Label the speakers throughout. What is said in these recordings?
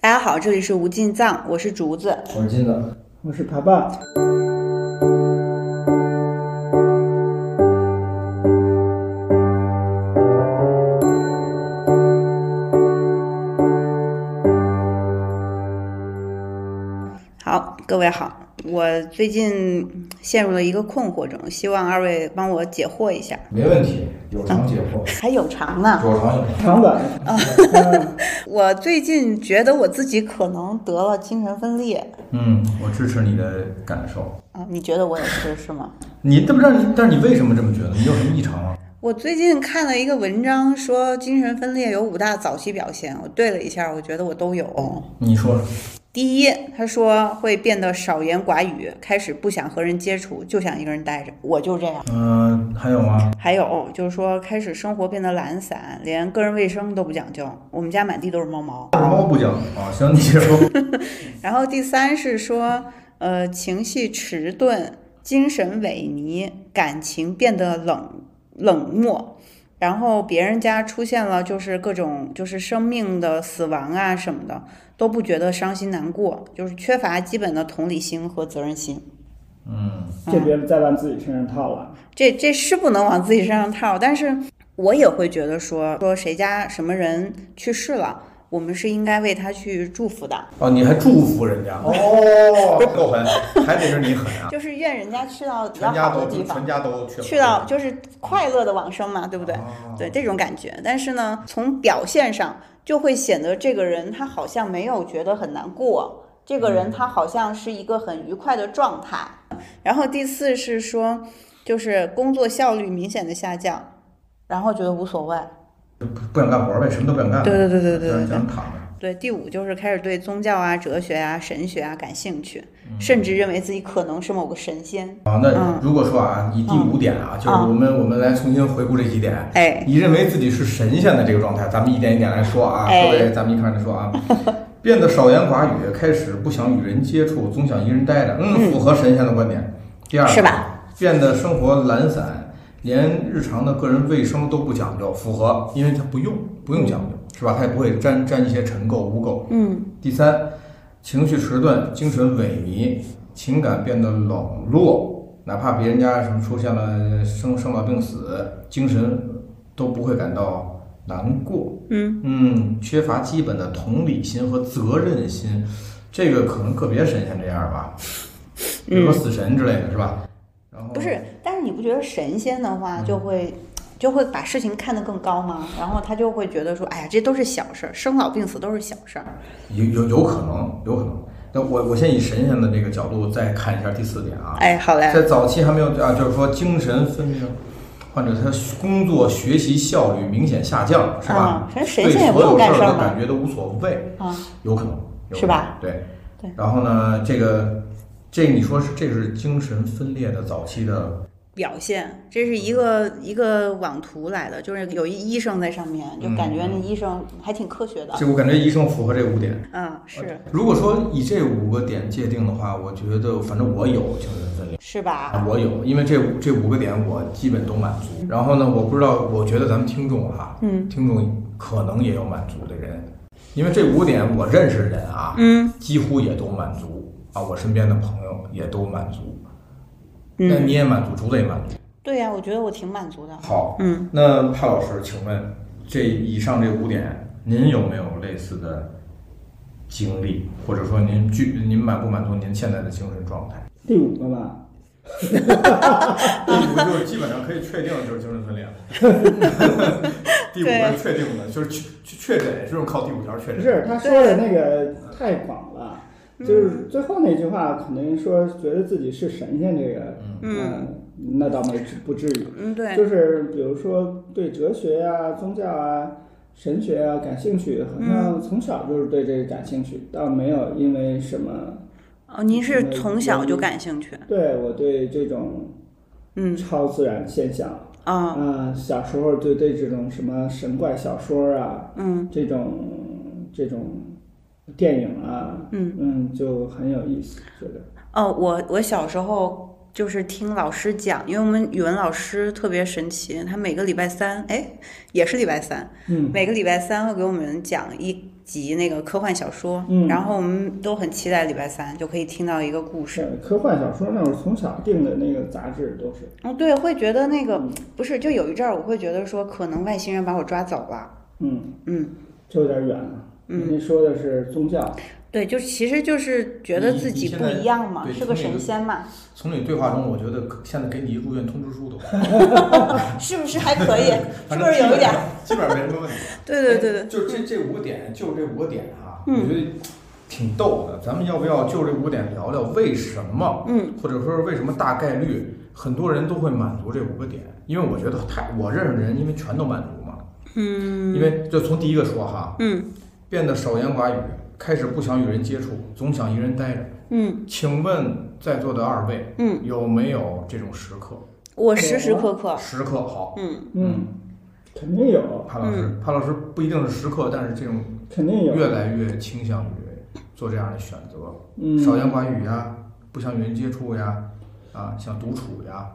Speaker 1: 大家好，这里是无尽藏，我是竹子。
Speaker 2: 我是金子，
Speaker 3: 我是爬爸，
Speaker 1: 好，各位好，我最近陷入了一个困惑中，希望二位帮我解惑一下。
Speaker 2: 没问题，有偿解惑，
Speaker 1: 还有偿呢，
Speaker 2: 有偿有偿。
Speaker 3: 长短嗯
Speaker 1: 我最近觉得我自己可能得了精神分裂
Speaker 2: 嗯，我支持你的感受。
Speaker 1: 啊，你觉得我也是是吗？
Speaker 2: 你这么让你，但是你为什么这么觉得？你有什么异常吗？
Speaker 1: 我最近看了一个文章，说精神分裂有五大早期表现，我对了一下，我觉得我都有。
Speaker 2: 你说说。
Speaker 1: 第一，他说会变得少言寡语，开始不想和人接触，就想一个人待着，我就这样。
Speaker 2: 嗯、还有吗？
Speaker 1: 还有就是说，开始生活变得懒散，连个人卫生都不讲究。我们家满地都是猫毛。
Speaker 2: 大猫不讲啊，行，你接着说。
Speaker 1: 然后第三是说，呃，情绪迟钝，精神萎靡，感情变得冷冷漠。然后别人家出现了就是各种就是生命的死亡啊什么的，都不觉得伤心难过，就是缺乏基本的同理心和责任心。
Speaker 2: 嗯，
Speaker 3: 这别再往自己身上套了。
Speaker 1: 这这是不能往自己身上套，但是我也会觉得说说谁家什么人去世了，我们是应该为他去祝福的，
Speaker 2: 哦，你还祝福人家哦，够狠，还得是你狠啊！
Speaker 1: 就是愿人家去到比较
Speaker 2: 全家
Speaker 1: 好的
Speaker 2: 都
Speaker 1: 地方
Speaker 2: 全，家都哦去了，
Speaker 1: 去到就是快乐的往生嘛，对
Speaker 2: 对
Speaker 1: 不对？对
Speaker 2: 对，
Speaker 1: 这种感觉，但是呢，从表现上就会显得这个人他好像没有觉得很难过，这个
Speaker 2: 嗯
Speaker 1: 人他好像是一个很愉快的状态。然后第四是说，就是工作效率明显的下降，然后觉得无所谓。
Speaker 2: 不想干活呗，什么都不想干，
Speaker 1: 对对对对对对
Speaker 2: 想
Speaker 1: 对。
Speaker 2: 想躺着。
Speaker 1: 对，第五就是开始对宗教啊、哲学啊、神学啊感兴趣，甚至认为自己可能是某个神仙。
Speaker 2: 嗯
Speaker 1: 嗯
Speaker 2: 啊，那如果说啊，以第五点啊，就是我们我们来重新回顾这几点，
Speaker 1: 哎，
Speaker 2: 你认为自己是神仙的这个状态，咱们一点一点来说啊，
Speaker 1: 哎
Speaker 2: 各位，咱们一块儿来说啊，变得少言寡语，开始不想与人接触，总想一人待着，嗯，符合神仙的观点。第二个
Speaker 1: 是吧？
Speaker 2: 变得生活懒散，连日常的个人卫生都不讲究，符合，因为他不用不用讲究，是吧？他也不会沾沾一些尘垢污垢。
Speaker 1: 嗯，
Speaker 2: 第三，情绪迟钝，精神萎靡，情感变得冷落，哪怕别人家什么出现了生生老病死，精神都不会感到难过。
Speaker 1: 嗯
Speaker 2: 嗯，缺乏基本的同理心和责任心，这个可能个别神仙这样吧，比如说死神之类的是吧？然后
Speaker 1: 嗯不是，但是你不觉得神仙的
Speaker 2: 嗯
Speaker 1: 话就会、就会把事情看得更高吗？然后他就会觉得说，哎呀，这都是小事儿，生老病死都是小事儿。
Speaker 2: 有有有可能，有可能。那我我先以神仙的这个角度再看一下第四点啊，
Speaker 1: 哎，好嘞，
Speaker 2: 在早期还没有啊，就是说精神分裂患者他工作学习效率明显下降，是吧
Speaker 1: 啊？神神
Speaker 2: 对
Speaker 1: 仙也不
Speaker 2: 所
Speaker 1: 用
Speaker 2: 有事
Speaker 1: 干事
Speaker 2: 儿
Speaker 1: 儿
Speaker 2: 都
Speaker 1: 嘛
Speaker 2: 感觉都无所谓，
Speaker 1: 啊，
Speaker 2: 有可能，有可能
Speaker 1: 是吧？
Speaker 2: 对
Speaker 1: 对。
Speaker 2: 然后呢，这个这个你说是这是精神分裂的早期的，
Speaker 1: 表现这是一个一个网图来的，就是有一医生在上面，就
Speaker 2: 嗯
Speaker 1: 感觉那医生还挺科学的。
Speaker 2: 这我感觉医生符合这五点。
Speaker 1: 嗯，是
Speaker 2: 如果说以这五个点界定的话，我觉得反正我有精神分裂。
Speaker 1: 是吧？
Speaker 2: 我有，因为这五这五个点我基本都满足。然后呢，我不知道，我觉得咱们听众哈、
Speaker 1: 嗯
Speaker 2: 听众可能也有满足的人，因为这五点我认识的人啊，
Speaker 1: 嗯
Speaker 2: 几乎也都满足啊，我身边的朋友也都满足。那
Speaker 1: 嗯，
Speaker 2: 你也满足，竹子也满足。
Speaker 1: 对呀、我觉得我挺满足的。
Speaker 2: 好，
Speaker 1: 嗯，
Speaker 2: 那帕老师，请问这以上这五点，您有没有类似的经历，或者说您具您满不满足您现在的精神状态？
Speaker 3: 第五个吧，
Speaker 2: 我就基本上可以确定就是精神分裂了。 第五个是确定的，就是确确确诊，这种靠第五条确
Speaker 3: 不
Speaker 2: 诊。
Speaker 3: 是他说的那个太广了，就是最后那句话，可能说觉得自己是神仙这个，
Speaker 1: 嗯
Speaker 3: 嗯，那倒没不至于，
Speaker 1: 嗯，对，
Speaker 3: 就是比如说对哲学啊、宗教啊、神学啊感兴趣，好像从小就是对这个感兴趣，倒没有因为什么。
Speaker 1: 哦，您是从小就感兴趣，
Speaker 3: 对我对这种
Speaker 1: 嗯
Speaker 3: 超自然现象
Speaker 1: 啊、
Speaker 3: 啊、小时候就对这种什么神怪小说啊，
Speaker 1: 嗯
Speaker 3: 这种这种电影啊，
Speaker 1: 嗯
Speaker 3: 嗯，就很有意思，觉得。
Speaker 1: 哦，我我小时候就是听老师讲，因为我们语文老师特别神奇，他每个礼拜三，哎，也是礼拜三，
Speaker 3: 嗯
Speaker 1: 每个礼拜三会给我们讲一集那个科幻小说，
Speaker 3: 嗯
Speaker 1: 然后我们都很期待礼拜三就可以听到一个故事。
Speaker 3: 是呃科幻小说那会儿从小订的那个杂志都是，
Speaker 1: 嗯，对，会觉得那个不是，就有一阵儿我会觉得说，可能外星人把我抓走了。
Speaker 3: 嗯，
Speaker 1: 嗯，
Speaker 3: 这有点远了。
Speaker 1: 嗯
Speaker 3: 您说的是宗教，
Speaker 1: 对，就其实就是觉得
Speaker 2: 你
Speaker 1: 自
Speaker 2: 你
Speaker 1: 己
Speaker 2: 现
Speaker 1: 不
Speaker 2: 在
Speaker 1: 一样嘛，
Speaker 2: 对
Speaker 1: 是个
Speaker 2: 从那
Speaker 1: 神
Speaker 2: 个
Speaker 1: 仙嘛，
Speaker 2: 从你对话中，我觉得可现在给你入院通知书都，
Speaker 1: 是不是还可以？是
Speaker 2: 反
Speaker 1: 不
Speaker 2: 正
Speaker 1: 是有一点？
Speaker 2: 基本上没什么问题。
Speaker 1: 对对对对，
Speaker 2: 就是这这五个点，就这五个点啊，
Speaker 1: 嗯
Speaker 2: 我觉得挺逗的。咱们要不要就这五点聊聊为什么，
Speaker 1: 嗯
Speaker 2: 或者说是为什么大概率很多人都会满足这五个点？因为我觉得太我认识的人，因为全都满足嘛。
Speaker 1: 嗯
Speaker 2: 因为就从第一个说哈，
Speaker 1: 嗯
Speaker 2: 变得少言寡语，开始不想与人接触，总想一人待着。
Speaker 1: 嗯
Speaker 2: 请问在座的二位
Speaker 1: 嗯，
Speaker 2: 有没有这种时刻？
Speaker 1: 我时时刻刻，
Speaker 2: 时刻好，
Speaker 1: 嗯
Speaker 3: 嗯，肯定有，
Speaker 2: 潘老师，潘老师不一定是时刻，但是这种
Speaker 3: 肯定有，
Speaker 2: 越来越倾向于做这样的选择。
Speaker 3: 嗯，
Speaker 2: 少言寡语呀，不想与人接触呀，啊，想独处呀，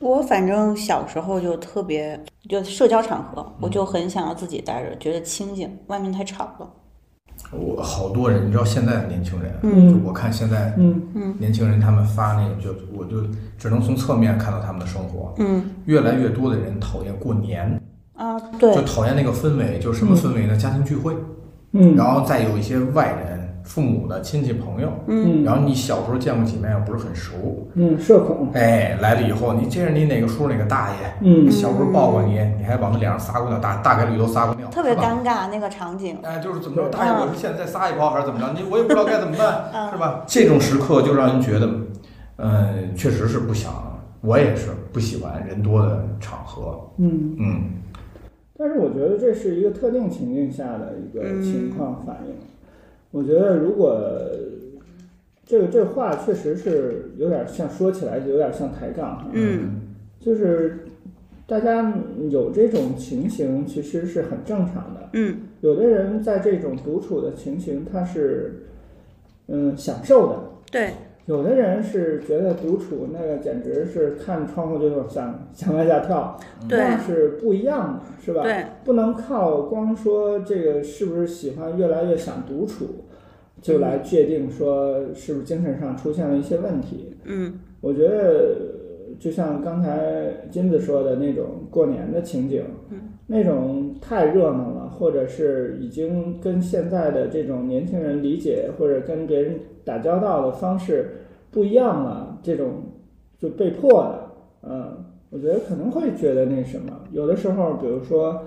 Speaker 1: 我反正小时候就特别，就社交场合，我就很想要自己待着，觉得清静，外面太吵了。
Speaker 2: 我好多人，你知道现在的年轻人，啊
Speaker 3: 嗯
Speaker 2: 就我看现在
Speaker 3: 嗯，
Speaker 2: 年轻人他们发那个，就我就只能从侧面看到他们的生活。
Speaker 1: 嗯
Speaker 2: 越来越多的人讨厌过年，
Speaker 1: 啊，
Speaker 2: 就
Speaker 1: 对，
Speaker 2: 讨厌那个氛围，就是什么氛围呢？家庭聚会，
Speaker 3: 嗯，
Speaker 2: 然后再有一些外人、父母的亲戚朋友，
Speaker 3: 嗯，
Speaker 2: 然后你小时候见过几面又不是很熟，
Speaker 3: 嗯，社恐，
Speaker 2: 哎，来了以后，你这是你哪个叔哪个大爷，
Speaker 3: 嗯
Speaker 2: 小时候抱过你，你还往他脸上撒过尿，大大概率都撒过尿，
Speaker 1: 特别
Speaker 2: 是吧。
Speaker 1: 尴尬那个场景。
Speaker 2: 哎，就是怎么着，大爷，
Speaker 1: 嗯
Speaker 2: 我是现在撒一泡还是怎么着？你我也不知道该怎么 办，是吧？这种时刻就让人觉得，嗯，确实是不想，我也是不喜欢人多的场合，
Speaker 3: 嗯，
Speaker 2: 嗯，
Speaker 3: 但是我觉得这是一个特定情境下的一个
Speaker 1: 嗯
Speaker 3: 情况反应。我觉得如果这个这话确实是有点像说起来就有点像抬杠，
Speaker 1: 嗯
Speaker 3: 就是大家有这种情形其实是很正常的。
Speaker 1: 嗯
Speaker 3: 有的人在这种独处的情形，他是嗯享受的，
Speaker 1: 对，
Speaker 3: 有的人是觉得独处那个简直是看窗户就想想往下跳，
Speaker 1: 对
Speaker 3: 那是不一样的，嗯是吧？
Speaker 1: 对，
Speaker 3: 不能靠光说这个是不是喜欢越来越想独处，就来界定说是不是精神上出现了一些问题。
Speaker 1: 嗯
Speaker 3: 我觉得就像刚才金子说的那种过年的情景，那种太热闹了，或者是已经跟现在的这种年轻人理解或者跟别人打交道的方式不一样了，这种就被迫的，嗯，我觉得可能会觉得那什么，有的时候，比如说，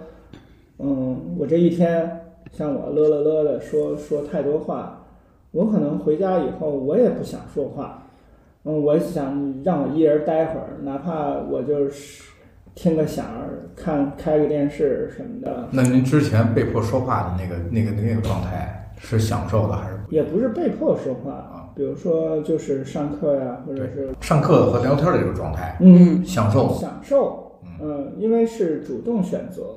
Speaker 3: 嗯，我这一天像我乐乐乐的说说太多话，我可能回家以后我也不想说话，嗯，我想让我一人待会儿，哪怕我就是听个响儿，看开个电视什么的，
Speaker 2: 那您之前被迫说话的那个、那个、那个状态是享受的还是
Speaker 3: 也不是被迫说话，比如说就是上课呀，或者是
Speaker 2: 上课和聊天的这个状态？
Speaker 3: 嗯。
Speaker 2: 享受，
Speaker 3: 享受，嗯，因为是主动选择，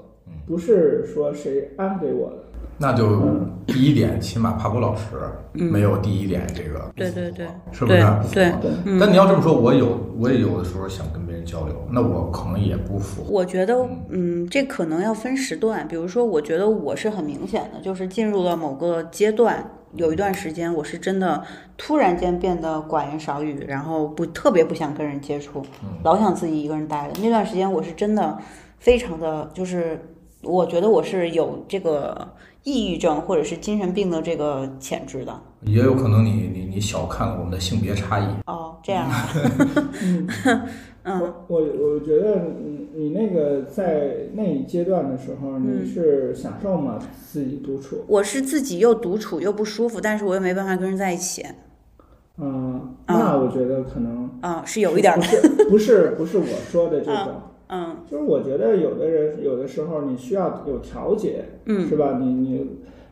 Speaker 3: 不是说谁安给我的。
Speaker 2: 那就第一点，起码帕波老师没有第一点这个，
Speaker 1: 嗯对对对，
Speaker 2: 是不是
Speaker 1: 对
Speaker 2: 不符
Speaker 1: 对
Speaker 2: 合？
Speaker 3: 对
Speaker 1: 嗯
Speaker 2: 但你要这么说，我有，我也有的时候想跟别人交流，那我可能也不符合。
Speaker 1: 我觉得，嗯，这可能要分时段。比如说，我觉得我是很明显的，就是进入了某个阶段，有一段时间我是真的突然间变得寡言少语，然后不特别不想跟人接触，老想自己一个人待着。那段时间我是真的非常的，就是我觉得我是有这个抑郁症或者是精神病的这个潜质的。
Speaker 2: 也有可能你你你小看了我们的性别差异。
Speaker 1: 哦，这样啊，嗯
Speaker 3: 我我觉得你你那个在那一阶段的时候，
Speaker 1: 嗯
Speaker 3: 你是享受吗？自己独处，
Speaker 1: 我是自己又独处又不舒服，但是我又没办法跟人在一起，
Speaker 3: 嗯，
Speaker 1: 嗯
Speaker 3: 那我觉得可能
Speaker 1: 啊、是有一点儿
Speaker 3: 不
Speaker 1: 的，
Speaker 3: 是不是不是我说的这种，
Speaker 1: 嗯
Speaker 3: 就是我觉得有的人有的时候你需要有调节，
Speaker 1: 嗯
Speaker 3: 是吧？你你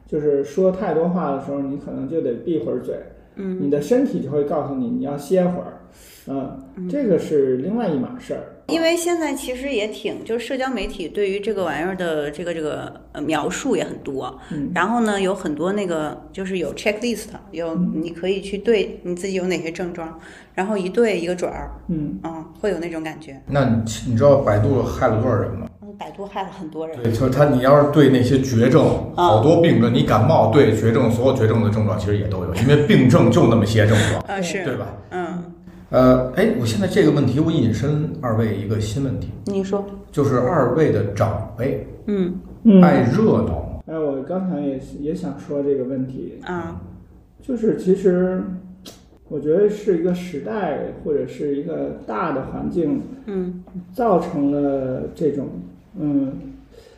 Speaker 3: 就是说太多话的时候，你可能就得闭会儿嘴，
Speaker 1: 嗯。
Speaker 3: 嗯你的身体就会告诉你你要歇会儿，嗯，这个是另外一码事儿。
Speaker 1: 嗯因为现在其实也挺，就是社交媒体对于这个玩意儿的这个这个呃描述也很多，
Speaker 3: 嗯
Speaker 1: 然后呢有很多那个就是有 checklist，有你可以去对你自己有哪些症状，然后一对一个准儿，
Speaker 3: 嗯，
Speaker 1: 嗯，会有那种感觉。
Speaker 2: 那你你知道百度害了多少人吗？
Speaker 1: 嗯，百度害了很多人，
Speaker 2: 对，就是他，你要是对那些绝症，
Speaker 1: 啊
Speaker 2: 好多病症，你感冒对绝症，所有绝症的症状其实也都有，因为病症就那么些症状，
Speaker 1: 呃
Speaker 2: 对
Speaker 1: 是，
Speaker 2: 吧？
Speaker 1: 嗯，
Speaker 2: 呃，哎，我现在这个问题，我引申二位一个新问题，
Speaker 1: 你说，
Speaker 2: 就是二位的长辈
Speaker 1: 嗯
Speaker 3: 嗯
Speaker 2: 爱热闹吗？
Speaker 3: 哎，我刚才也也想说这个问题，
Speaker 1: 啊
Speaker 3: 就是其实我觉得是一个时代或者是一个大的环境
Speaker 1: 嗯
Speaker 3: 造成了这种，嗯，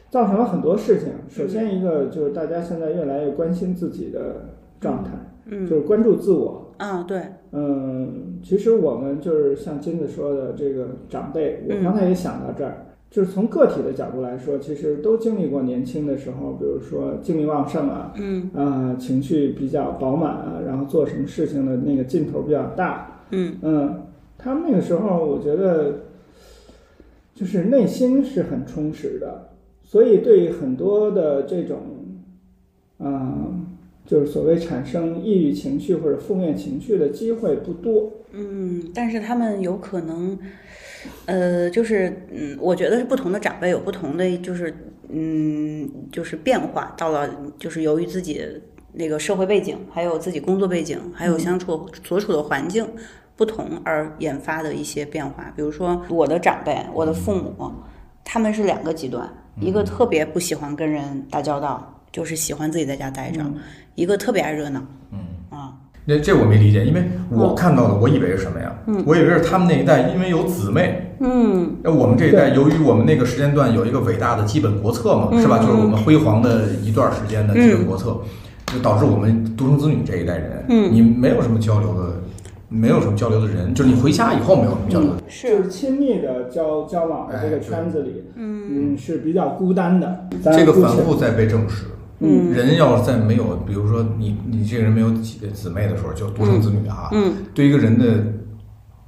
Speaker 3: 造成了很多事情。首
Speaker 1: 嗯
Speaker 3: 先一个就是大家现在越来越关心自己的状态，就
Speaker 1: 嗯
Speaker 3: 是关注自我。
Speaker 1: 啊对，
Speaker 3: 嗯，其实我们就是像金子说的，这个长辈，我
Speaker 1: 嗯
Speaker 3: 刚才也想到这儿，就是从个体的角度来说，其实都经历过年轻的时候，比如说精力旺盛啊，
Speaker 1: 嗯
Speaker 3: 啊，情绪比较饱满啊，然后做什么事情的那个劲头比较大。
Speaker 1: 嗯
Speaker 3: 嗯，他们那个时候我觉得，就是内心是很充实的，所以对很多的这种，嗯，就是所谓产生抑郁情绪或者负面情绪的机会不多。
Speaker 1: 嗯，但是他们有可能，呃，就是嗯，我觉得是不同的长辈有不同的，就是嗯，就是变化到了，就是由于自己那个社会背景，还有自己工作背景，还有相处所处的环境不同而引发的一些变化。比如说我的长辈，我的父母，他们是两个极端，一个特别不喜欢跟人打交道，就是喜欢自己在家待着；一个特别爱热闹。嗯啊，
Speaker 2: 那这我没理解，因为
Speaker 1: 嗯
Speaker 2: 我看到的，我以为是什么呀？我以为是他们那一代，因为有姊妹，
Speaker 1: 嗯
Speaker 2: 那我们这一代，由于我们那个时间段有一个伟大的基本国策嘛，
Speaker 1: 嗯
Speaker 2: 是吧？就是我们辉煌的一段时间的基本国策，就导致我们独生子女这一代人，
Speaker 1: 嗯
Speaker 2: 你没有什么交流的，没有什么交流的人，就是你回家以后没有什么交流的。
Speaker 1: 是
Speaker 3: 就是亲密的交交往的这
Speaker 2: 哎
Speaker 3: 个
Speaker 2: 对
Speaker 3: 圈子里，
Speaker 1: 嗯。
Speaker 3: 嗯，是比较孤单的。咱
Speaker 2: 这个
Speaker 3: 姑且
Speaker 2: 反复在被证实。
Speaker 1: 嗯
Speaker 2: 人要是再没有，比如说你你这个人没有姐姊妹的时候，就独生子女啊，
Speaker 1: 嗯
Speaker 2: 对一个人的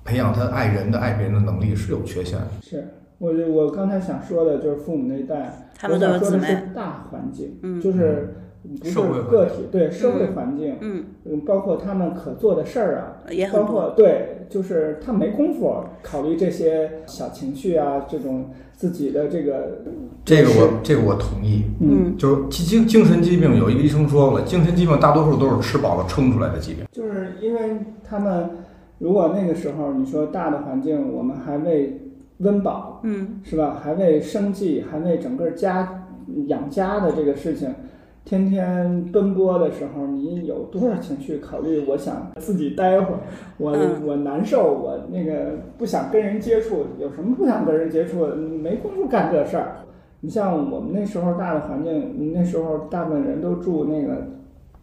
Speaker 2: 培养他爱人的爱别人的能力是有缺陷的。
Speaker 3: 是我我刚才想说的就是父母那一代，
Speaker 1: 他们都有
Speaker 3: 我想
Speaker 1: 姊
Speaker 3: 说的
Speaker 1: 妹，
Speaker 3: 是大环境，
Speaker 1: 嗯
Speaker 3: 就是不是
Speaker 2: 社会环
Speaker 3: 个体，对社会环境，
Speaker 1: 嗯，
Speaker 3: 嗯，包括他们可做的事儿啊，
Speaker 1: 也很
Speaker 3: 包
Speaker 1: 多，
Speaker 3: 括对，就是他没工夫考虑这些小情绪啊，这种自己的这个，
Speaker 2: 这个我这个我同意，
Speaker 3: 嗯，
Speaker 1: 嗯
Speaker 2: 就是精精精神疾病，有一个医生说了，精神疾病大多数都是吃饱了撑出来的疾病。
Speaker 3: 就是因为他们如果那个时候你说大的环境，我们还为温饱
Speaker 1: 嗯
Speaker 3: 是吧？还为生计，还为整个家养家的这个事情，天天奔波的时候，你有多少情绪考虑？我想自己待会儿，我、
Speaker 1: 嗯
Speaker 3: 我难受，我那个不想跟人接触，有什么不想跟人接触？的？没工夫干这事儿。你像我们那时候大的环境，那时候大部分人都住那个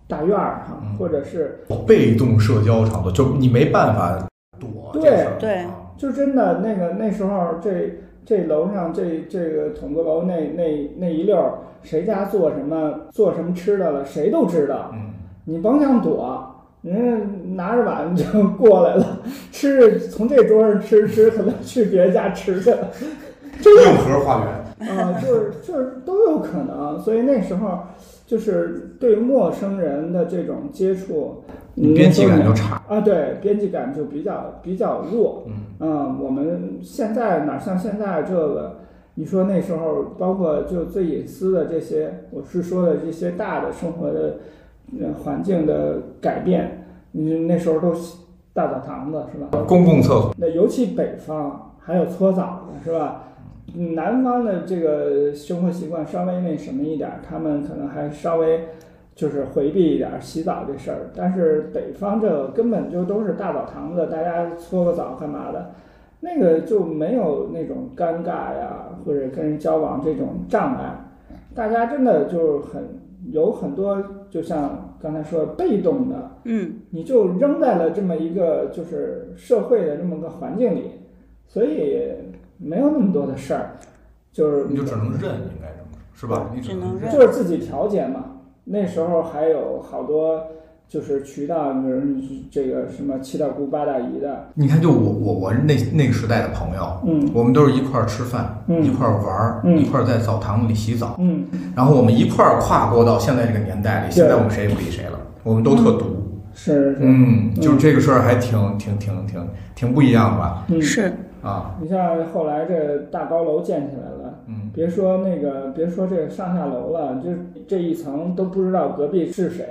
Speaker 3: 大院儿哈
Speaker 2: 嗯，
Speaker 3: 或者是
Speaker 2: 被动社交场所，就你没办法躲这事儿。啊
Speaker 1: 对
Speaker 3: 就真的那个那时候这这楼上这这个筒子楼那那那一溜儿，谁家做什么做什么吃的了，谁都知道，
Speaker 2: 嗯，
Speaker 3: 你甭想躲。人家拿着碗就过来了，吃着从这桌上吃吃，可能去别人家吃去了，真的
Speaker 2: 硬核花园，
Speaker 3: 啊，就是就是都有可能。所以那时候就是对陌生人的这种接触，
Speaker 2: 你边际
Speaker 3: 那时
Speaker 2: 感
Speaker 3: 候你
Speaker 2: 就差。
Speaker 3: 啊，对，边际感就比较比较弱。
Speaker 2: 嗯
Speaker 3: 我们现在哪像现在这个？你说那时候，包括就最隐私的这些，我是说的这些大的生活的呃环境的改变，你那时候都大澡堂子是吧？
Speaker 2: 公共厕所，
Speaker 3: 那尤其北方还有搓澡的是吧？南方的这个生活习惯稍微那什么一点儿，他们可能还稍微就是回避一点儿洗澡这事儿，但是北方这个根本就都是大澡堂子，大家搓个澡干嘛的，那个就没有那种尴尬呀，或者跟人交往这种障碍，大家真的就是很有很多，就像刚才说的被动的
Speaker 1: 嗯
Speaker 3: 你就扔在了这么一个就是社会的这么个环境里，所以没有那么多的事儿，就是
Speaker 2: 你就只能认，应该这么说，是吧？你
Speaker 1: 只能认
Speaker 3: 就是自己调节嘛。那时候还有好多就是渠道，比如你这个什么七大姑八大姨的，
Speaker 2: 你看，就我我我那那个时代的朋友，
Speaker 3: 嗯
Speaker 2: 我们都是一块儿吃饭，
Speaker 3: 嗯
Speaker 2: 一块儿玩儿，
Speaker 3: 嗯
Speaker 2: 一块儿在澡堂里洗澡，
Speaker 3: 嗯，
Speaker 2: 然后我们一块儿跨过到现在这个年代里。
Speaker 3: 对
Speaker 2: 现在我们谁也不理谁了，我们都特毒。
Speaker 3: 是是，
Speaker 2: 嗯，就是这个事儿还挺挺挺挺挺不一样吧？
Speaker 3: 嗯，
Speaker 1: 是，
Speaker 2: 啊，
Speaker 3: 你像后来这大高楼建起来了。
Speaker 2: 嗯，
Speaker 3: 别说那个，别说这个上下楼了，就这一层都不知道隔壁是谁。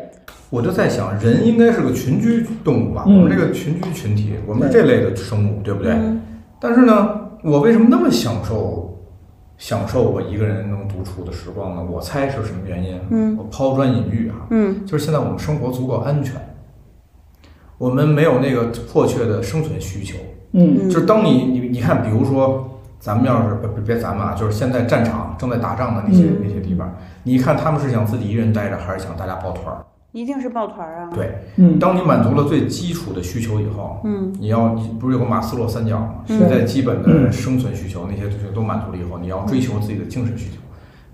Speaker 2: 我就在想，人应该是个群居动物吧？
Speaker 3: 嗯
Speaker 2: 我们这个群居群体，我们是这类的生物，对不对？
Speaker 1: 嗯
Speaker 2: 但是呢，我为什么那么享受享受我一个人能独处的时光呢？我猜是什么原因？
Speaker 1: 嗯
Speaker 2: 我抛砖引玉啊，
Speaker 1: 嗯
Speaker 2: 就是现在我们生活足够安全，我们没有那个迫切的生存需求。
Speaker 3: 嗯
Speaker 1: 嗯，
Speaker 2: 就是当你你你看，比如说咱们要是别别别咱们啊，就是现在战场正在打仗的那些、
Speaker 3: 嗯
Speaker 2: 那些地方，你一看他们是想自己一人待着，还是想大家抱团儿？
Speaker 1: 一定是抱团儿啊。
Speaker 2: 对。
Speaker 3: 嗯
Speaker 2: 当你满足了最基础的需求以后，
Speaker 1: 嗯
Speaker 2: 你要你不是有个马斯洛三角吗？
Speaker 1: 嗯
Speaker 2: 你在基本的生存需求那些东西都满足了以后，你要追求自己的精神需求。
Speaker 1: 嗯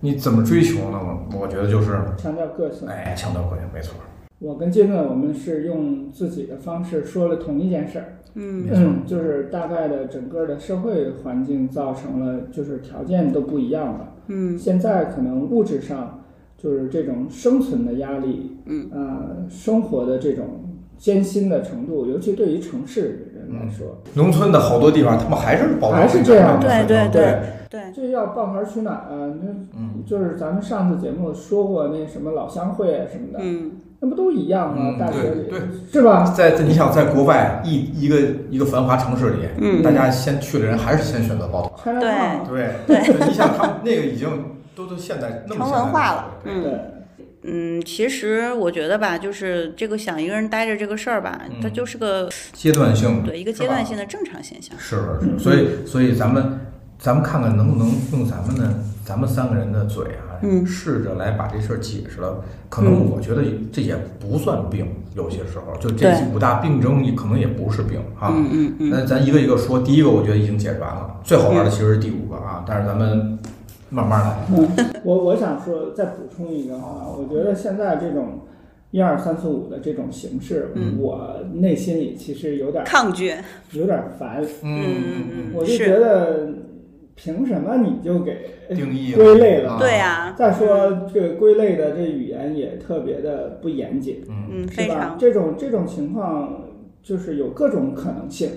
Speaker 2: 你怎么追求呢？我我觉得就是，
Speaker 3: 强调个性。
Speaker 2: 哎，强调个性，没错，
Speaker 3: 我跟金子我们是用自己的方式说了同一件事儿，
Speaker 1: 嗯
Speaker 2: 没错
Speaker 3: 嗯，就是大概的整个的社会环境造成了，就是条件都不一样了。
Speaker 1: 嗯
Speaker 3: 现在可能物质上就是这种生存的压力，
Speaker 1: 嗯，
Speaker 3: 呃，生活的这种艰辛的程度，尤其对于城市人
Speaker 1: 嗯
Speaker 3: 来说，
Speaker 2: 农村的好多地方他们还是保
Speaker 3: 还是这样
Speaker 1: 对对
Speaker 2: 对，
Speaker 1: 对，
Speaker 3: 这要抱团取暖啊。那
Speaker 2: 嗯，
Speaker 3: 就是咱们上次节目说过那什么老乡会啊什么的，
Speaker 1: 嗯
Speaker 3: 那不都一样吗？
Speaker 2: 嗯
Speaker 3: 大学里
Speaker 2: 对对
Speaker 3: 是吧？
Speaker 2: 在在你想在国外一一个一个繁华城市里，
Speaker 1: 嗯
Speaker 2: 大家先去的人还是先选择抱团。
Speaker 3: 拆
Speaker 1: 对
Speaker 3: 了
Speaker 2: 对
Speaker 1: 对，
Speaker 2: 你想他们那个已经都都现代那么
Speaker 1: 成
Speaker 2: 现代
Speaker 1: 文化
Speaker 2: 的
Speaker 1: 了
Speaker 2: 社会
Speaker 1: 嗯
Speaker 3: 对，
Speaker 1: 嗯，其实我觉得吧，就是这个想一个人待着这个事儿吧，它
Speaker 2: 嗯
Speaker 1: 就是个
Speaker 2: 对阶段性
Speaker 1: 对一个
Speaker 2: 是
Speaker 1: 阶
Speaker 2: 吧
Speaker 1: 段性的正常现象。
Speaker 2: 是是，所以所以咱们咱们看看能不能用咱们的咱们三个人的嘴啊，
Speaker 1: 嗯
Speaker 2: 试着来把这事儿解释了。可能我觉得这也不算病，有些时候就这
Speaker 1: 对
Speaker 2: 五大病症，可能也不是病啊。
Speaker 1: 嗯嗯嗯
Speaker 2: 那咱一个一个说，第一个我觉得已经解释完了，最好玩的其实是第五个啊，但是咱们慢慢来。
Speaker 3: 我我想说再补充一个啊，我觉得现在这种一二三四五的这种形式，
Speaker 1: 嗯
Speaker 3: 我内心里其实有点，
Speaker 1: 抗拒。
Speaker 2: 啊
Speaker 3: 有点烦，
Speaker 1: 嗯嗯
Speaker 3: 我就觉
Speaker 1: 是，
Speaker 3: 得凭什么你就给
Speaker 2: 定义啊
Speaker 3: 归类了？
Speaker 1: 嗯
Speaker 3: 啊
Speaker 1: 对啊呀、
Speaker 3: 再说这个归类的这语言也特别的不严谨，
Speaker 2: 嗯，
Speaker 1: 嗯，
Speaker 3: 是
Speaker 1: 非
Speaker 3: 吧？
Speaker 1: 常，
Speaker 3: 这种这种情况就是有各种可能性。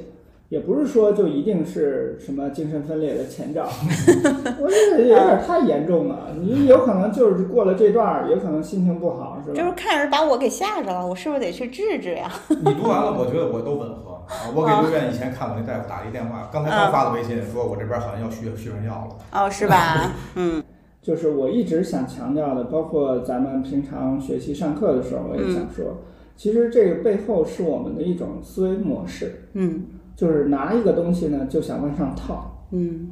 Speaker 3: 也不是说就一定是什么精神分裂的前 兆，我觉得有点太严重了。你有可能就是过了这段儿，有可能心情不好，是
Speaker 1: 就
Speaker 3: 吧？
Speaker 1: 是看人把我给吓着了，我是不是得去治治呀？
Speaker 2: 你读完了，我觉得我都吻合啊。我给
Speaker 1: 啊
Speaker 2: 刘院以前看我那大夫打了一电话，刚才
Speaker 1: 嗯
Speaker 2: 刚发的微信说，我这边好像要续续上药了。
Speaker 1: 哦，是 吧？嗯
Speaker 3: 就是我一直想强调的，包括咱们平常学习上课的时候，我也想说，其实这个背后是我们的一种思维模式，
Speaker 1: 嗯
Speaker 3: 就是拿一个东西呢就想往上套，
Speaker 1: 嗯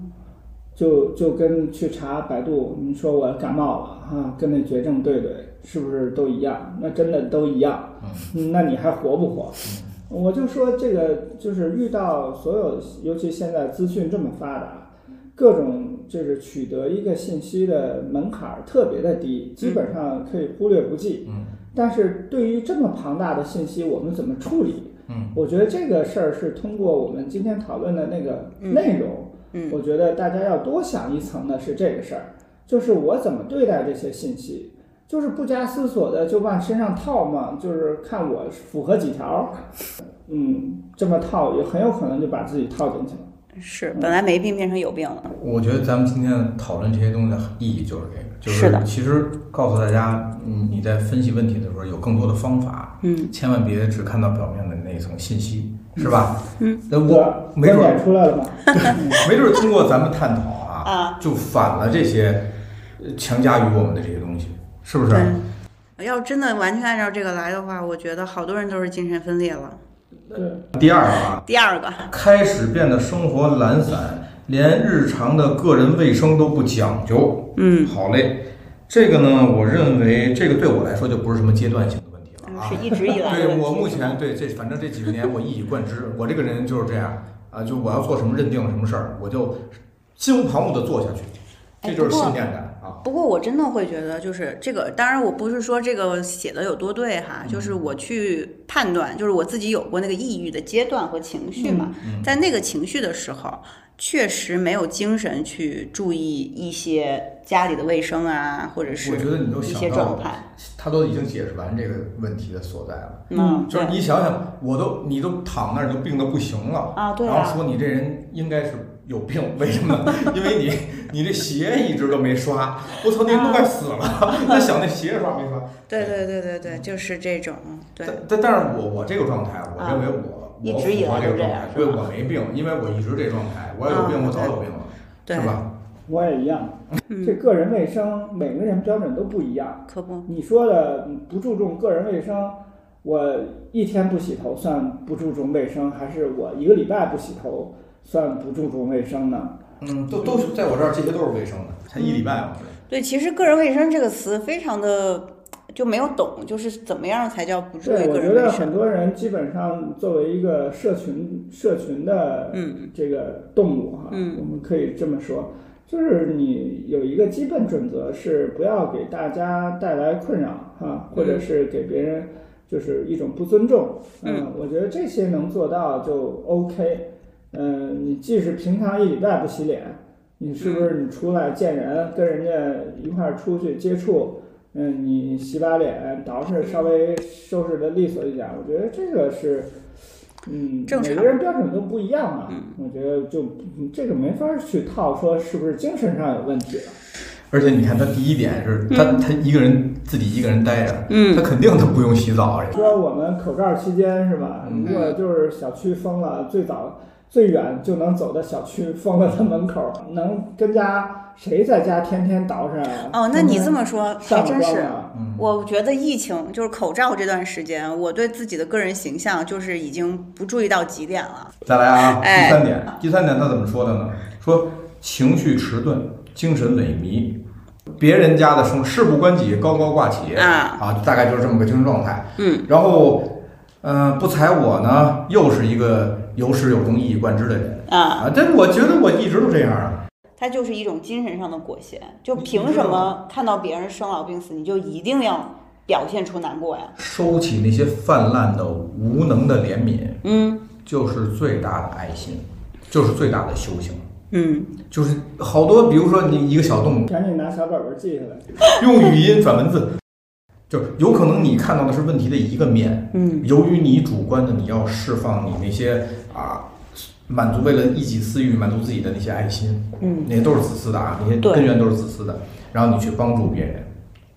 Speaker 3: 就就跟去查百度，你说我感冒了哈、跟那绝症对对，是不是都一样？那真的都一样，嗯那你还活不活？我就说这个就是遇到所有，尤其现在资讯这么发达，各种就是取得一个信息的门槛儿特别的低，基本上可以忽略不计。
Speaker 2: 嗯
Speaker 3: 但是对于这么庞大的信息，我们怎么处理？
Speaker 2: 嗯
Speaker 3: 我觉得这个事儿是通过我们今天讨论的那个
Speaker 1: 嗯
Speaker 3: 内容。
Speaker 1: 嗯
Speaker 3: 我觉得大家要多想一层的是这个事儿，就是我怎么对待这些信息，就是不加思索的就往身上套嘛，就是看我符合几条，嗯，这么套也很有可能就把自己套进去了。
Speaker 1: 是，本来没病变成有病了。
Speaker 2: 我觉得咱们今天讨论这些东西的意义就是这个，就是
Speaker 1: 的
Speaker 2: 其实告诉大家，嗯，你在分析问题的时候有更多的方法，
Speaker 1: 嗯
Speaker 2: 千万别只看到表面的那一层信息，是吧？
Speaker 1: 嗯，
Speaker 2: 那
Speaker 3: 对吧
Speaker 2: 我没准
Speaker 3: 观
Speaker 2: 儿
Speaker 3: 点出来了吧？
Speaker 2: 没准儿通过咱们探讨啊，
Speaker 1: 啊，
Speaker 2: 就反了这些呃强加于我们的这些东西，是不是？
Speaker 1: 对。要真的完全按照这个来的话，我觉得好多人都是精神分裂了。
Speaker 3: 对，
Speaker 2: 第二啊，
Speaker 1: 第二个，
Speaker 2: 开始变得生活懒散，连日常的个人卫生都不讲究。
Speaker 1: 嗯，
Speaker 2: 好嘞，这个呢，我认为这个对我来说就不是什么阶段性的问题了啊
Speaker 1: 嗯是。一直以来的
Speaker 2: 对
Speaker 1: 问
Speaker 2: 我
Speaker 1: 题
Speaker 2: 目前对这反正这几十年我一以贯之， 我这个人就是这样啊，就我要做什么认定了什么事儿，我就心无旁骛的做下去，这就是信念感啊。
Speaker 1: 不过我真的会觉得，就是这个，当然我不是说这个写的有多对哈，就是我去判断，就是我自己有过那个抑郁的阶段和情绪嘛，
Speaker 2: 嗯
Speaker 1: 在那个情绪的时候，确实没有精神去注意一些家里的卫生啊，或者是
Speaker 2: 我觉得你都
Speaker 1: 一
Speaker 2: 想
Speaker 1: 些
Speaker 2: 到
Speaker 1: 状
Speaker 2: 了
Speaker 1: 态，
Speaker 2: 他都已经解释完这个问题的所在了。
Speaker 1: 嗯，
Speaker 2: 就是
Speaker 1: 对
Speaker 2: 你想想，我都你都躺那儿，你都病得不行了，
Speaker 1: 啊，对
Speaker 2: 然后
Speaker 1: 啊，
Speaker 2: 说你这人应该是有病，为什么 呢？因为你你这鞋一直都没刷，我操，那人都快死
Speaker 1: 啊
Speaker 2: 了， 那想那鞋刷没刷？
Speaker 1: 对对对对对，就是这种，对啊
Speaker 2: 但但但是我我这个状态，我认为我、
Speaker 1: 一
Speaker 2: 我
Speaker 1: 直以
Speaker 2: 符合
Speaker 1: 来
Speaker 2: 这
Speaker 1: 都这
Speaker 2: 个状
Speaker 1: 样
Speaker 2: 态，
Speaker 1: 是
Speaker 2: 对，
Speaker 1: 吧
Speaker 2: 我没病，因为我一直这状态，我要有病，
Speaker 1: 嗯
Speaker 2: 我早有病了，
Speaker 1: 对
Speaker 2: 是，吧？
Speaker 3: 我也一样，这
Speaker 1: 嗯，
Speaker 3: 个人卫生每个人标准都不一样。
Speaker 1: 可不，
Speaker 3: 你说的嗯不注重个人卫生，我一天不洗头算不注重卫生，还是我一个礼拜不洗头算不注重卫生呢？
Speaker 2: 嗯，都都是在我这儿，这些都是卫生的，才一礼拜嘛。
Speaker 1: 对，其实“个人卫生”这个词非常的就没有懂，就是怎么样才叫不注意
Speaker 3: 对，我
Speaker 1: 个
Speaker 3: 觉
Speaker 1: 人
Speaker 3: 得
Speaker 1: 卫
Speaker 3: 很
Speaker 1: 生？
Speaker 3: 多人基本上作为一个社群社群的
Speaker 1: 嗯，
Speaker 3: 这个动物哈，
Speaker 1: 嗯
Speaker 3: 我们可以这么说，就是你有一个基本准则是不要给大家带来困扰哈，或者是给别人就是一种不尊重。
Speaker 1: 嗯
Speaker 3: 我觉得这些能做到就 OK。嗯、你即使平常一礼拜不洗脸，你是不是你出来见
Speaker 1: 嗯
Speaker 3: 人，跟人家一块儿出去接触？嗯，你洗把脸，捯饬稍微收拾的利索一点，我觉得这个是，嗯，
Speaker 1: 正常
Speaker 3: 每个人标准都不一样嘛。
Speaker 1: 嗯
Speaker 3: 我觉得就嗯这个没法去套说是不是精神上有问题了。
Speaker 2: 而且你看，他第一点是他、他一个人自己一个人待着，
Speaker 1: 嗯
Speaker 2: 他肯定他不用洗澡，
Speaker 3: 说我们口罩期间是吧？
Speaker 2: 嗯
Speaker 3: 如果就是小区封了，最早最远就能走到小区封了的门口，能跟家谁在家天天捯饬啊？
Speaker 1: 哦，那你这么说还
Speaker 3: 天天
Speaker 1: 真
Speaker 3: 上
Speaker 1: 是
Speaker 3: 妆。啊？
Speaker 2: 嗯，
Speaker 1: 我觉得疫情就是口罩这段时间，我对自己的个人形象就是已经不注意到极点了。
Speaker 2: 再来啊，
Speaker 1: 哎
Speaker 2: 第三点，第三点他怎么说的呢？说情绪迟钝，精神萎靡，别人家的生事不关己，高高挂起
Speaker 1: 啊
Speaker 2: 大概就是这么个精神状态。
Speaker 1: 嗯，
Speaker 2: 然后，呃，不踩我呢，又是一个有始有终、一以贯之的人
Speaker 1: 啊，
Speaker 2: 啊。但是我觉得我一直都这样啊。
Speaker 1: 它就是一种精神上的裹挟，就
Speaker 2: 你
Speaker 1: 凭
Speaker 2: 你知
Speaker 1: 什
Speaker 2: 道
Speaker 1: 么看到别人生老病死，你就一定要表现出难过呀？
Speaker 2: 收起那些泛滥的、无能的怜悯，
Speaker 1: 嗯
Speaker 2: 就是最大的爱心，就是最大的修行。
Speaker 1: 嗯，
Speaker 2: 就是好多，比如说你一个小动物，
Speaker 3: 赶紧拿小本本记下来。
Speaker 2: 用语音转文字，就是有可能你看到的是问题的一个面。
Speaker 1: 嗯，
Speaker 2: 由于你主观的，你要释放你那些啊，满足为了一己私欲满足自己的那些爱心，
Speaker 1: 嗯，
Speaker 2: 那些都是自私的啊，那些
Speaker 1: 对
Speaker 2: 根源都是自私的。然后你去帮助别人，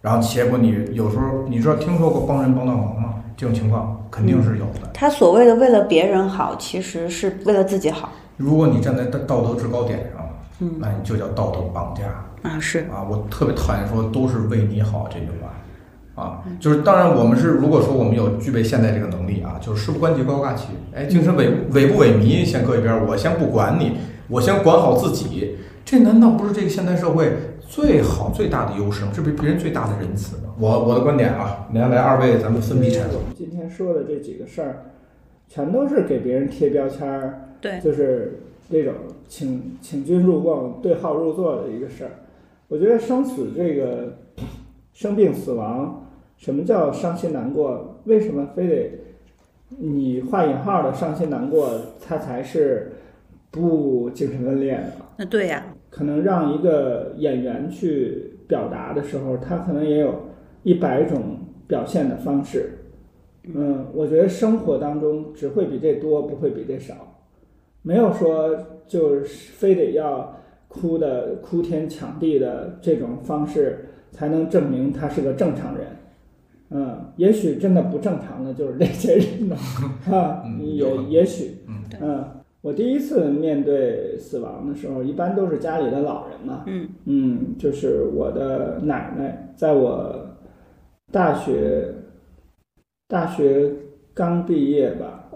Speaker 2: 然后结果你有时候你知道听说过帮人帮倒忙吗？这种情况肯定是有的。
Speaker 1: 他所谓的为了别人好，其实是为了自己好
Speaker 2: 如果你站在道道德制高点上，
Speaker 1: 嗯
Speaker 2: 那你就叫道德绑架。
Speaker 1: 啊。是，
Speaker 2: 啊，我特别讨厌说都是为你好这句话，啊，就是当然我们是如果说我们有具备现在这个能力啊，就是事不关己高高挂起，哎，精神萎萎不萎靡先搁一边儿，我先不管你，我先管好自己，这难道不是这个现代社会最好最大的优势吗？这不是别人最大的仁慈吗？我我的观点啊，来来二位咱们分批阐述
Speaker 3: 我。们今天说的这几个事儿，全都是给别人贴标签儿，
Speaker 1: 对，
Speaker 3: 就是那种请请君入瓮、对号入座的一个事儿。我觉得生死这个 生病死亡，什么叫伤心难过？为什么非得你画引号的伤心难过，它才是不精神分裂的？
Speaker 1: 那对呀、
Speaker 3: 可能让一个演员去表达的时候，他可能也有一百种表现的方式。嗯，我觉得生活当中只会比这多，不会比这少，没有说就是非得要哭的哭天抢地的这种方式才能证明他是个正常人。嗯，也许真的不正常的就是这些人 呢，啊，
Speaker 2: 嗯有可
Speaker 3: 也
Speaker 2: 能
Speaker 3: 也许
Speaker 2: 嗯
Speaker 1: 对
Speaker 3: 嗯，我第一次面对死亡的时候，一般都是家里的老人嘛。
Speaker 1: 嗯
Speaker 3: 嗯，就是我的奶奶，在我大学大学刚毕业吧，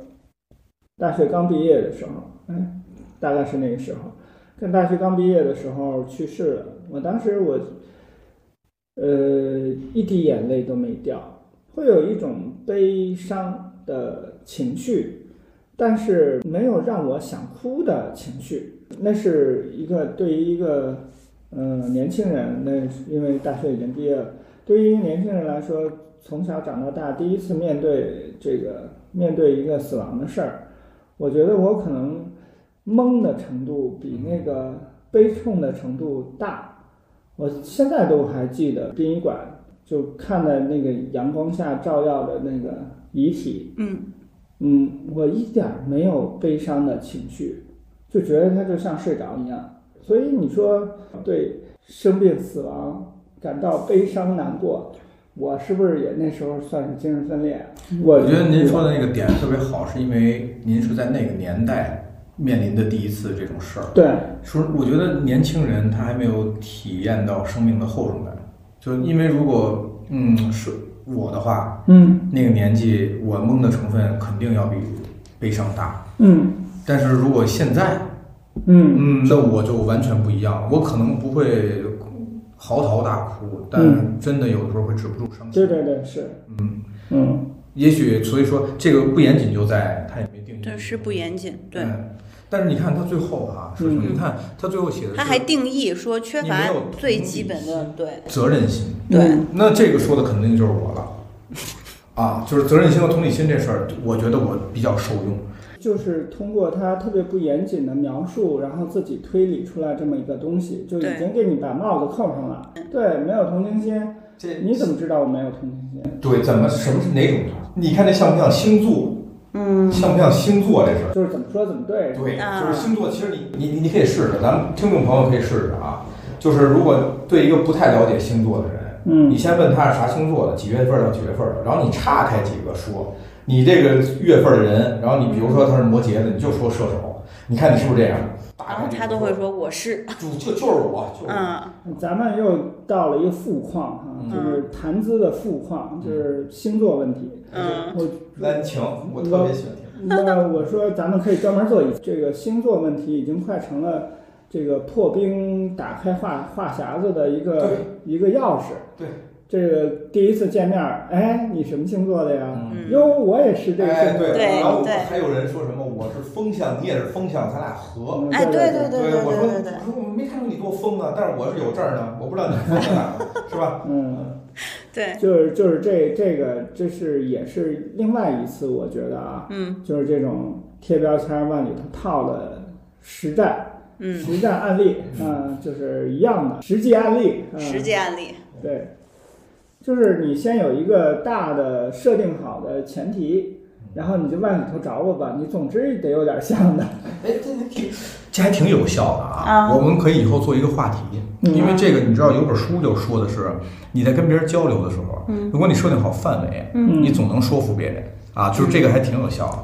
Speaker 3: 大学刚毕业的时候，嗯，大概是那个时候，跟大学刚毕业的时候去世了。我当时我，呃，一滴眼泪都没掉，会有一种悲伤的情绪。但是没有让我想哭的情绪，那是一个对于一个嗯，年轻人那因为大学已经毕业了，对于年轻人来说，从小长到大，第一次面对这个面对一个死亡的事儿，我觉得我可能懵的程度比那个悲痛的程度大。我现在都还记得殡仪馆，就看到那个阳光下照耀的那个遗体，
Speaker 1: 嗯
Speaker 3: 嗯，我一点儿没有悲伤的情绪，就觉得他就像睡着一样。所以你说对生病死亡感到悲伤难过，我是不是也那时候算是精神分裂？啊我
Speaker 2: 我觉得您说的那个点特别好，是因为您是在那个年代面临的第一次这种事儿。
Speaker 3: 嗯对，
Speaker 2: 说，我觉得年轻人他还没有体验到生命的厚重感，就因为如果嗯是我的话，
Speaker 3: 嗯
Speaker 2: 那个年纪我懵的成分肯定要比悲伤大。
Speaker 3: 嗯
Speaker 2: 但是如果现在，
Speaker 3: 嗯
Speaker 2: 嗯，那我就完全不一样了，我可能不会嚎啕大哭，但
Speaker 3: 嗯
Speaker 2: 真的有的时候会止不住伤心。
Speaker 3: 对对对，是，
Speaker 2: 嗯，
Speaker 3: 嗯
Speaker 2: 也许所以说这个不严谨就在它也没定义。
Speaker 1: 这是不严谨，对，
Speaker 2: 嗯。但是你看他最后啊，说什么？
Speaker 1: 嗯
Speaker 2: 你看他最后写的是
Speaker 1: 他还定义说缺乏最基本的，对
Speaker 2: 责任心，
Speaker 1: 对，
Speaker 2: 那这个说的肯定就是我了。啊，就是责任心和同理心这事儿，我觉得我比较受用。
Speaker 3: 就是通过他特别不严谨的描述，然后自己推理出来这么一个东西，就已经给你把帽子扣上了。对，没有同情心，
Speaker 2: 这
Speaker 3: 你怎么知道我没有同情心？
Speaker 2: 对怎么什么是哪种？你看这像不像星座？
Speaker 1: 嗯，
Speaker 2: 像不像星座这事儿？
Speaker 3: 就是怎么说怎么对。
Speaker 2: 对，
Speaker 1: 啊
Speaker 2: 就是星座，其实你你你你可以试试，咱们听众朋友可以试试啊。就是如果对一个不太了解星座的人，
Speaker 3: 嗯
Speaker 2: 你先问他是啥星座的，几月份到几月份的，然后你岔开几个说，你这个月份的人，然后你比如说他是摩羯的，你就说射手，你看你是不是这样？
Speaker 1: 然后他都会说我是，
Speaker 2: 就就就是我，就是我
Speaker 1: 嗯，
Speaker 3: 咱们又到了一个富矿哈、
Speaker 2: 嗯
Speaker 3: 就是谈资的富矿，就是星座问题。
Speaker 1: 嗯
Speaker 3: 我
Speaker 2: 蓝情，我特别喜欢听。
Speaker 3: 那我说咱们可以专门做一这个星座问题，已经快成了这个破冰打开话话匣子的一个一个钥匙。
Speaker 2: 对，
Speaker 3: 这个第一次见面儿，哎，你什么星座的呀？
Speaker 2: 嗯
Speaker 1: 嗯
Speaker 3: 哟，我也是这个
Speaker 2: 哎，
Speaker 3: 星座。
Speaker 2: 对，
Speaker 1: 对
Speaker 2: 然后
Speaker 1: 对
Speaker 2: 还有人说什么我是风象，你也是风象，咱俩合。
Speaker 3: 嗯
Speaker 1: 哎，对对对
Speaker 2: 我说
Speaker 1: 对对
Speaker 2: 我说我没看出你多疯啊，但是我是有证儿呢，我不知道你疯在哪儿呢，是吧？
Speaker 3: 嗯，
Speaker 1: 对，
Speaker 3: 就是就是这这个，这是也是另外一次，我觉得啊，
Speaker 1: 嗯
Speaker 3: 就是这种贴标签儿往里头套的实战、
Speaker 1: 嗯，
Speaker 3: 实战案例，
Speaker 2: 嗯
Speaker 3: 嗯，就是一样的实际案例，嗯
Speaker 1: 实际案例，
Speaker 3: 对，就是你先有一个大的设定好的前提，然后你就往里头找我吧，你总之得有点像的。
Speaker 2: 哎，这这挺， 这还挺有效的啊！
Speaker 1: 啊
Speaker 2: 我们可以以后做一个话题，
Speaker 3: 嗯
Speaker 2: 因为这个你知道有本书就说的是，你在跟别人交流的时候，
Speaker 1: 嗯
Speaker 2: 如果你设定好范围，
Speaker 3: 嗯
Speaker 2: 你总能说服别人啊，就是这个还挺有效的。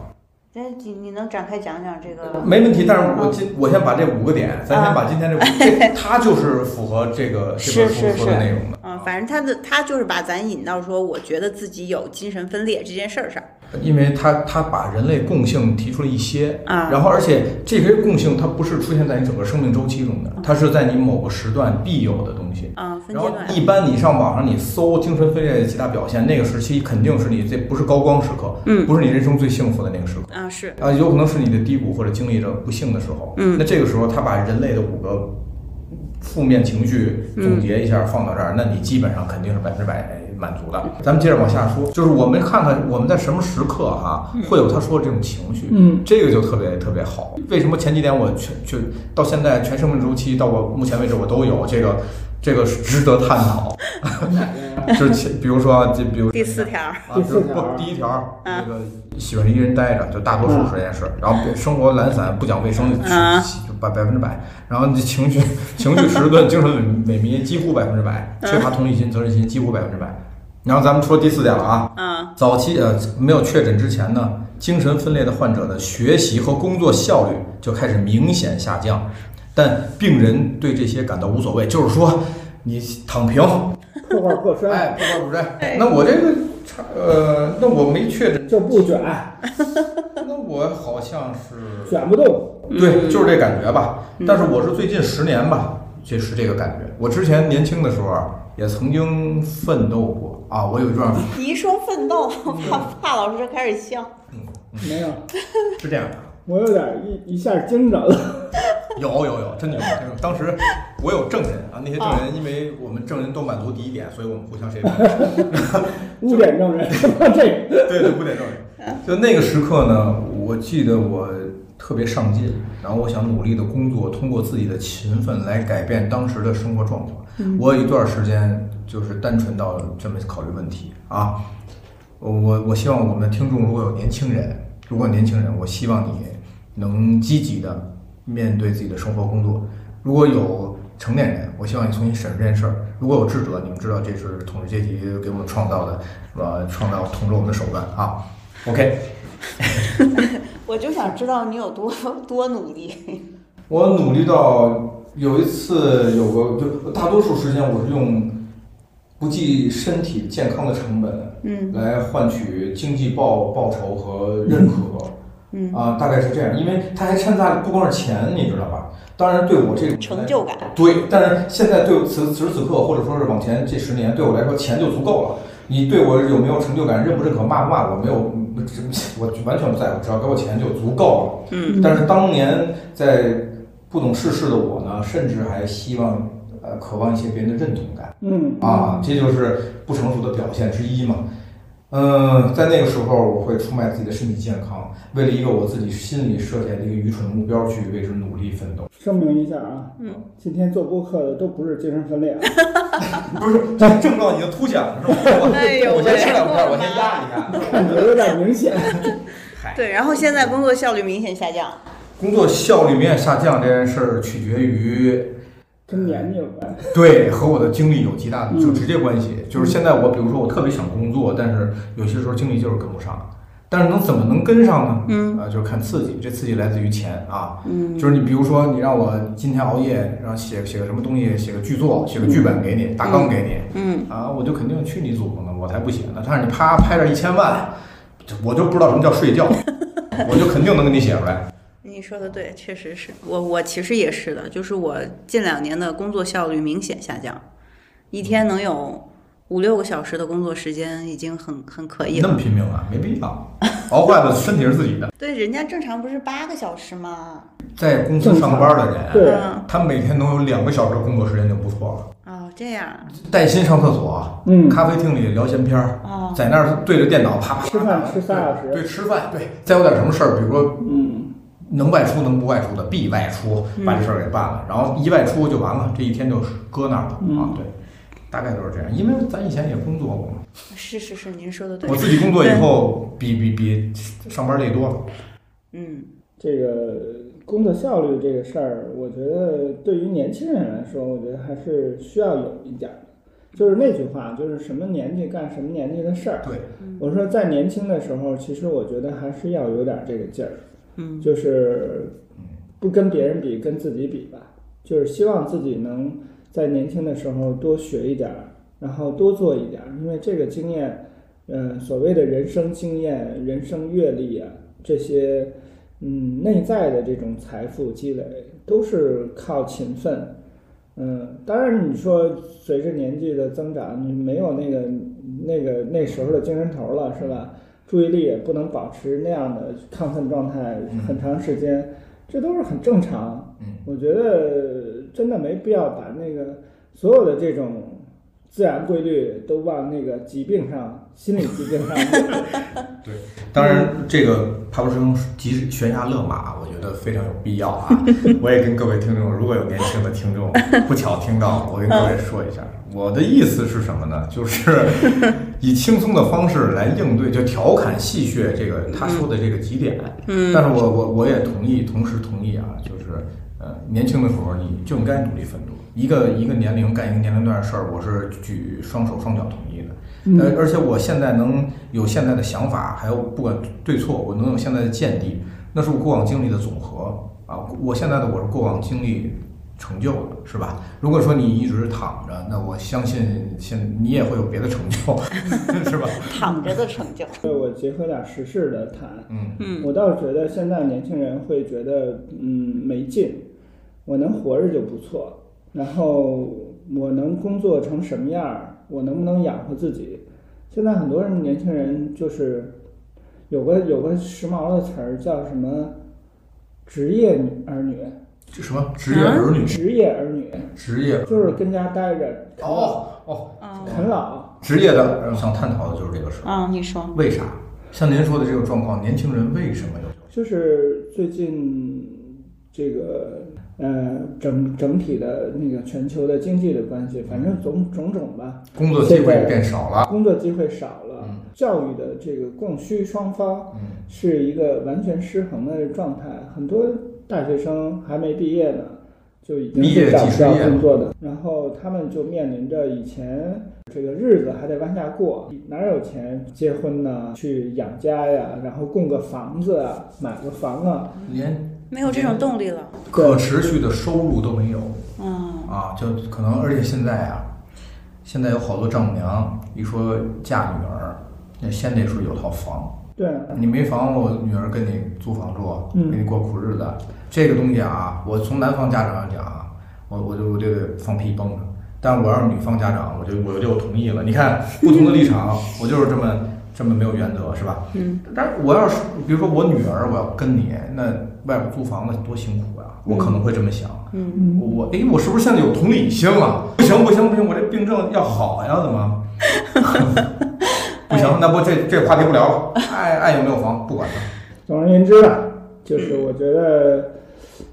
Speaker 1: 那你你能展开讲讲这个？
Speaker 2: 没问题，但是我今我先把这五个
Speaker 1: 啊
Speaker 2: 点，咱先把今天 这五，这它就是符合这个这
Speaker 1: 是是
Speaker 2: 本书说的
Speaker 1: 是
Speaker 2: 内容的。
Speaker 1: 嗯，反正他的他就是把咱引到说，我觉得自己有精神分裂这件事儿上
Speaker 2: 因为它它把人类共性提出了一些，
Speaker 1: 啊，
Speaker 2: 然后而且这些共性它不是出现在你整个生命周期中的，它是在你某个时段必有的东西。
Speaker 1: 嗯，分
Speaker 2: 然
Speaker 1: 阶
Speaker 2: 后
Speaker 1: 段，
Speaker 2: 一般你上网上你搜精神分裂的其他表现，那个时期肯定是你这不是高光时刻，
Speaker 1: 嗯
Speaker 2: 不是你人生最幸福的那个时刻。
Speaker 1: 啊是，
Speaker 2: 啊，有可能是你的低谷或者经历着不幸的时候。
Speaker 1: 嗯
Speaker 2: 那这个时候他把人类的五个负面情绪总结一下放到这儿，那你基本上肯定是百分之百满足的。咱们接着往下说，就是我们看看我们在什么时刻哈、会有他说的这种情绪。
Speaker 3: 嗯
Speaker 2: 这个就特别特别好。为什么前几点我全就到现在全生命周期到我目前为止我都有这个，这个是值得探讨。
Speaker 3: 嗯
Speaker 2: 就是前比如说啊就比如
Speaker 1: 第四条，
Speaker 2: 啊，
Speaker 3: 第
Speaker 2: 就是
Speaker 3: 四
Speaker 2: 不
Speaker 3: 条，
Speaker 2: 第一条，那个喜欢一个人待着，就大多数是这件事。然后生活懒散，不讲卫生，
Speaker 1: 嗯
Speaker 2: 就百百分之百。然后你情绪情绪迟钝，精神萎萎靡，几乎百分之百，缺乏同理心、责任心，几乎百分之百。然后咱们说第四点了啊，
Speaker 1: 嗯
Speaker 2: 早期呃没有确诊之前呢，精神分裂的患者的学习和工作效率就开始明显下降，但病人对这些感到无所谓，就是说你躺平，
Speaker 3: 破罐破摔
Speaker 2: 哎，不管不在。那我这个差呃，那我没确诊，
Speaker 3: 就不卷，
Speaker 2: 那我好像是
Speaker 3: 卷不动。
Speaker 2: 对，就是这感觉吧。但是我是最近十年吧，这是这个感觉。我之前年轻的时候啊，也曾经奋斗过啊，我有一段
Speaker 1: 你一说奋斗，怕怕老师就开始笑。
Speaker 3: 没有，
Speaker 2: 是这样的。啊
Speaker 3: 我有点一一下惊着了。
Speaker 2: 有有有，真的有这个。当时我有证人啊，那些证人，因为我们证人都满足第一点，所以我们互相谁也不认识
Speaker 3: 污点证人， 这 个
Speaker 2: 对对，污点证人。就那个时刻呢，我记得我特别上进，然后我想努力的工作，通过自己的勤奋来改变当时的生活状况。我有一段时间就是单纯到这么考虑问题啊。我我希望我们的听众如果有年轻人，如果有年轻人，我希望你能积极的面对自己的生活工作。如果有成年人，我希望你重新审视这件事儿。如果有智者，你们知道这是统治阶级给我们创造的，是吧？创造统治我们的手段啊。OK，
Speaker 1: 我就想知道你有多多努力。
Speaker 2: 我努力到有一次有个，就大多数时间我是用不计身体健康的成本
Speaker 1: 嗯
Speaker 2: 来换取经济报报酬和认可。
Speaker 1: 嗯，
Speaker 2: 啊，大概是这样，因为它还掺杂不光是钱，你知道吧？当然，对我这种
Speaker 1: 成就感。
Speaker 2: 对，但是现在对我此此时此刻，或者说是往前这十年，对我来说钱就足够了。你对我有没有成就感，认不认可，骂不骂我，没有，嗯这我完全不在乎，只要给我钱就足够了。
Speaker 1: 嗯
Speaker 2: 但是当年在不懂世事的我呢，甚至还希望呃渴望一些别人的认同感。
Speaker 3: 嗯，
Speaker 2: 啊，这就是不成熟的表现之一嘛。嗯，在那个时候，我会出卖自己的身体健康，为了一个我自己心里设下的一个愚蠢的目标去为之努力奋斗。
Speaker 3: 声明一下啊，嗯，今天做播客的都不是精神分裂啊，
Speaker 2: 不是，这症状已经凸显了，是吧？
Speaker 1: 哎呦
Speaker 2: 我先吃
Speaker 1: 喂
Speaker 2: 两片，
Speaker 1: 我
Speaker 2: 我
Speaker 1: 的
Speaker 2: 先压一压。
Speaker 3: 感觉有点明显。
Speaker 2: 嗨，
Speaker 1: 对，然后现在工作效率明显下降。
Speaker 2: 工作效率明显下降这件事儿，取决于
Speaker 3: 跟年纪有关。
Speaker 2: 对和我的精力有极大的
Speaker 3: 嗯
Speaker 2: 就直接关系。就是现在我，比如说我特别想工作，但是有些时候精力就是跟不上。但是能怎么能跟上呢？
Speaker 1: 嗯
Speaker 2: 啊，就是看刺激，这刺激来自于钱啊。
Speaker 1: 嗯
Speaker 2: 就是你比如说，你让我今天熬夜，然后写写个什么东西，写个剧作，写个剧本给你，大纲给你，
Speaker 1: 嗯
Speaker 2: 啊，我就肯定去你祖宗的，我才不写呢。但是你啪拍着一千万，这我就不知道什么叫 睡觉，我就肯定能给你写出来。
Speaker 1: 你说的对，确实是我我其实也是的，就是我近两年的工作效率明显下降，一天能有五六个小时的工作时间已经很很可以
Speaker 2: 你那
Speaker 1: 了。
Speaker 2: 么拼命啊，没必要，熬坏了身体是自己的。
Speaker 1: 对，人家正常不是八个小时吗？
Speaker 2: 在公司上班的人，啊
Speaker 3: 对
Speaker 1: 嗯
Speaker 2: 他每天能有两个小时的工作时间就不错了。
Speaker 1: 哦，这样
Speaker 2: 带薪上厕所，啊
Speaker 3: 嗯
Speaker 2: 咖啡厅里聊闲篇儿，
Speaker 1: 哦，
Speaker 2: 在那儿对着电脑啪啪啪
Speaker 3: 吃饭啊吃仨小时
Speaker 2: 对，吃饭，对，再有点什么事儿，比如说
Speaker 3: 嗯，
Speaker 2: 能外出能不外出的必外出，
Speaker 1: 嗯
Speaker 2: 把这事儿给办了，然后一外出就完了，这一天就搁那儿了、啊
Speaker 3: 嗯。
Speaker 2: 对，大概都是这样，因为咱以前也工作过嘛，
Speaker 1: 是是是，您说的对
Speaker 2: 我。自己工作以后比比比上班累多了。
Speaker 1: 嗯
Speaker 3: 这个工作效率这个事儿，我觉得对于年轻人来说，我觉得还是需要有一点儿的。就是那句话，就是什么年纪干什么年纪的事儿。
Speaker 2: 对，
Speaker 1: 嗯
Speaker 3: 我说在年轻的时候，其实我觉得还是要有点儿这个劲儿，
Speaker 1: 嗯
Speaker 3: 就是不跟别人比，跟自己比吧。就是希望自己能在年轻的时候多学一点儿，然后多做一点儿，因为这个经验，嗯、所谓的人生经验、人生阅历啊，这些，嗯，内在的这种财富积累，都是靠勤奋。嗯，当然，你说随着年纪的增长，你没有那个那个那时候的精神头了，是吧？注意力也不能保持那样的亢奋状态很长时间，这都是很正常。
Speaker 2: 嗯，
Speaker 3: 我觉得真的没必要把那个所有的这种自然规律都往那个疾病上、心理疾病上
Speaker 2: 当然这个爬不升及悬崖勒马，我觉得非常有必要啊。我也跟各位听众，如果有年轻的听众不巧听到，我跟各位说一下，我的意思是什么呢？就是以轻松的方式来应对，就调侃戏谑这个他说的这个几点。但
Speaker 1: 嗯
Speaker 2: 是我我我也同意，同时同意啊，就是呃，年轻的时候你就应该努力奋斗。一个一个年龄干一个年龄段的事儿，我是举双手双脚同意的。呃，而且我现在能有现在的想法，还有不管对错，我能有现在的见地，那是我过往经历的总和啊。我现在的我是过往经历成就的，是吧？如果说你一直躺着，那我相信现你也会有别的成就， 是吧？
Speaker 1: 躺着的成就。
Speaker 3: 对我结合点时事的谈，
Speaker 2: 嗯
Speaker 1: 嗯
Speaker 3: 我倒是觉得现在年轻人会觉得，嗯，没劲，我能活着就不错，然后我能工作成什么样儿，我能不能养活自己？现在很多人年轻人就是有个有个时髦的词儿叫什么“职业女儿女”，
Speaker 2: 这什么职业儿女？
Speaker 3: 职业儿女
Speaker 2: 职业
Speaker 3: 嗯就是跟家待着，啃老
Speaker 2: 哦哦，
Speaker 1: 啊
Speaker 3: 啃老，
Speaker 2: 职业的，然后想探讨的就是这个事儿，
Speaker 1: 啊，你说，
Speaker 2: 为啥？像您说的这个状况，年轻人为什么有？
Speaker 3: 就是最近这个呃整整体的那个全球的经济的关系，反正种种种吧，
Speaker 2: 工作机会变少了，
Speaker 3: 工作机会少了
Speaker 2: 啊嗯，
Speaker 3: 教育的这个供需双方
Speaker 2: 嗯
Speaker 3: 是一个完全失衡的状态。很多大学生还没毕业呢，就已经
Speaker 2: 毕业
Speaker 3: 是找
Speaker 2: 即
Speaker 3: 不
Speaker 2: 失
Speaker 3: 到
Speaker 2: 业
Speaker 3: 工
Speaker 2: 了
Speaker 3: 作的，然后他们就面临着以前这个日子还得往下过，哪有钱结婚呢？去养家呀，然后供个房子啊，买个房啊，
Speaker 2: 连
Speaker 1: 没有这种动力了，
Speaker 2: 可持续的收入都没有
Speaker 1: 嗯
Speaker 2: 啊！就可能，而且现在啊，现在有好多丈母娘一说嫁女儿，那先得说有套房。
Speaker 3: 对，
Speaker 2: 你没房，我女儿跟你租房住，
Speaker 3: 嗯
Speaker 2: 跟你过苦日子，这个东西啊，我从男方家长上讲啊，我我就我就得放屁崩着。但是我要是女方家长，我就我就同意了。你看不同的立场，我就是这么这么没有原则，是吧？
Speaker 1: 嗯，
Speaker 2: 但是我要是比如说我女儿，我要跟你，那外边租房那多辛苦啊！我可能会这么想，
Speaker 1: 嗯，
Speaker 3: 嗯，
Speaker 2: 我哎，我是不是现在有同理心了？不行不行不行，我这病症要好呀，怎么？ 不行，那不这这话题不聊了。爱爱有没有房不管了。
Speaker 3: 总而言之吧，就是我觉得，